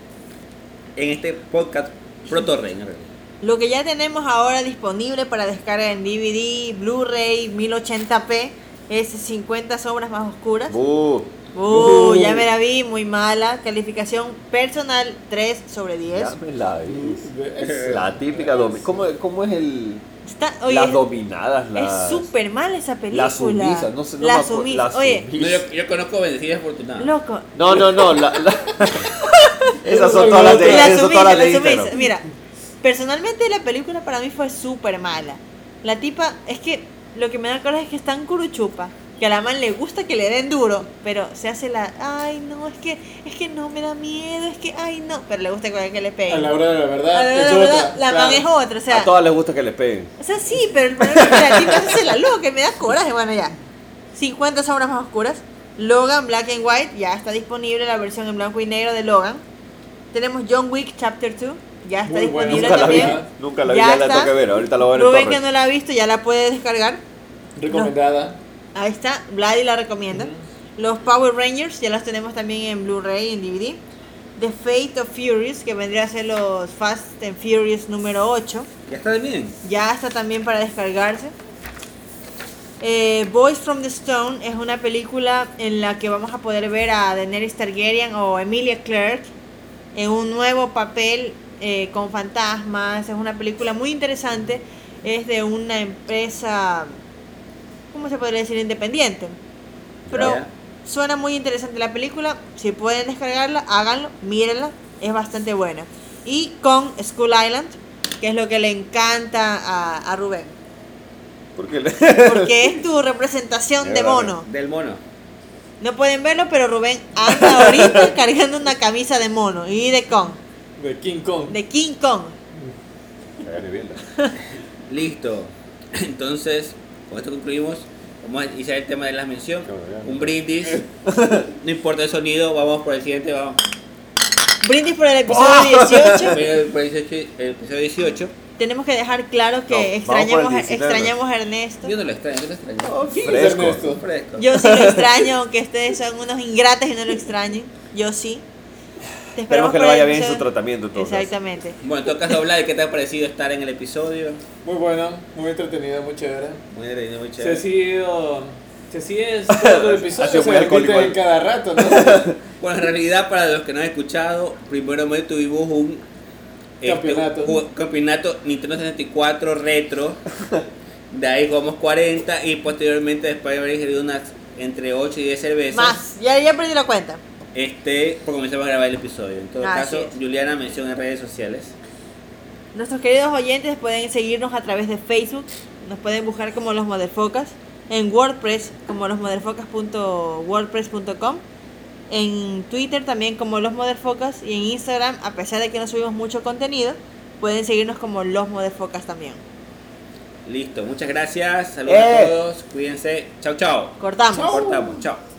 A: en este podcast Protorre, en realidad.
B: Lo que ya tenemos ahora disponible para descarga en DVD, Blu-ray, 1080p, es 50 sombras más oscuras.
C: Uh,
B: Uh,
D: Uh.
B: ya me la vi, muy mala. Calificación personal 3 sobre 10.
C: ya me la vi.
D: Es-
C: La típica domi- ¿Cómo, ¿Cómo es el.
B: Está, oye,
C: las
B: es-
C: dominadas,
B: es
C: las.
B: súper mala esa película.
C: las sumisas, no sé, no
B: La
C: me acuerdo,
B: sumisa.
C: las
B: Oye,
A: No, yo, yo conozco Bendecida y Afortunada.
B: loco.
C: No, no, no. la- la- esas son
D: Eso
C: todas las de,
B: La
C: esas son
B: sumisa,
C: todas las
B: la
C: de
B: sumisa.
C: Instagram.
B: Mira, personalmente la película para mí fue súper mala. La tipa, es que lo que me da coraje es que es tan curuchupa que a la man le gusta que le den duro, pero se hace la, ay no, es que, es que no me da miedo, es que, ay no, pero le gusta que le peguen.
D: A la hora de la verdad.
B: A la hora
D: es
B: de la
D: otra,
B: verdad, la man
D: claro.
B: es otra, o sea,
C: A todas les gusta que les peguen.
B: o sea, sí, pero el problema es que la tipa se hace la loca y me da coraje, bueno ya. 50 sombras más oscuras. Logan Black and White, ya está disponible la versión en blanco y negro de Logan. Tenemos John Wick Chapter 2, ya está
D: Muy buena.
B: disponible
C: Nunca la vi,
B: también.
C: nunca la vi,
B: Ya
C: ya la
B: está.
C: tengo que ver. Ahorita la voy a ver en
B: Rubén que
C: torre.
B: no la ha visto ya la puede descargar.
D: Recomendada.
B: Ahí está, Vladi la recomienda.
D: Ujú.
B: Los Power Rangers ya los tenemos también en Blu-ray y en DVD. The Fate of Furious, que vendría a ser los Fast and Furious número 8.
A: Ya está bien.
B: Ya está también para descargarse. Eh, Boys from the Stone es una película en la que vamos a poder ver a Daenerys Targaryen o Emilia Clarke en un nuevo papel eh, con fantasmas. Es una película muy interesante. Es de una empresa, ¿cómo se podría decir? Independiente. Pero
A: Ya.
B: Suena muy interesante la película. Si pueden descargarla, háganlo, mírenla. Es bastante buena. Y con School Island, que es lo que le encanta a, a Rubén.
C: Porque le-
B: Porque es tu representación de mono.
A: Del mono.
B: No pueden verlo, pero Rubén anda ahorita cargando una camisa de mono y de Kong,
D: De King Kong.
B: de King Kong.
C: Hágale bien,
A: Listo. Entonces, con esto concluimos. Vamos a iniciar el tema de la mención. Un brindis. No importa el sonido, vamos por el siguiente. Vamos
B: Brindis por el episodio 18.
A: por el 18, el episodio 18.
B: Tenemos que dejar claro que
C: No, vamos por el
B: extrañamos,
C: 19.
B: extrañamos a Ernesto.
A: Yo no lo extraño, yo lo extraño.
D: Oh, ¿Quién es
C: Fresco.
D: Ernesto?
A: Fresco.
B: Yo sí lo extraño, aunque ustedes son unos ingratos y no lo extrañen. Yo sí. Te
C: Esperemos
B: esperamos
C: que le
B: por el
C: vaya bien en su
B: episodio-
C: tratamiento. en todo caso.
B: Exactamente.
A: Bueno, en todo caso, Vlad, ¿qué te ha parecido estar en el episodio?
D: Muy bueno, muy entretenida, muy chévere.
A: Muy entretenido, muy
D: Si ha
A: chévere.
D: sido. Si así es, todo el
C: Ha
D: episodio
C: sido
D: se
C: muy alcohólico,
D: repite
C: ¿eh?
D: cada rato, ¿no?
A: Bueno, en realidad, para los que no han escuchado, primero me tuvimos un
D: Campeonato.
A: ju- campeonato Nintendo 64 retro. De ahí jugamos 40 y posteriormente después de haber ingerido unas entre 8 y 10 cervezas,
B: Más, ya, ya perdí la cuenta.
A: este pues comenzamos a grabar el episodio. En todo
B: Así
A: caso,
B: es.
A: Juliana menciona en redes sociales.
B: Nuestros queridos oyentes pueden seguirnos a través de Facebook, nos pueden buscar como los Motherfocas, en WordPress como losmotherfocas.wordpress.com, en Twitter también como los Motherfocas y en Instagram, a pesar de que no subimos mucho contenido, pueden seguirnos como los Motherfocas también.
A: Listo, muchas gracias. Saludos
C: ¡Eh!
A: a todos. Cuídense. Chao, chao.
B: Cortamos.
A: Cortamos. Chao.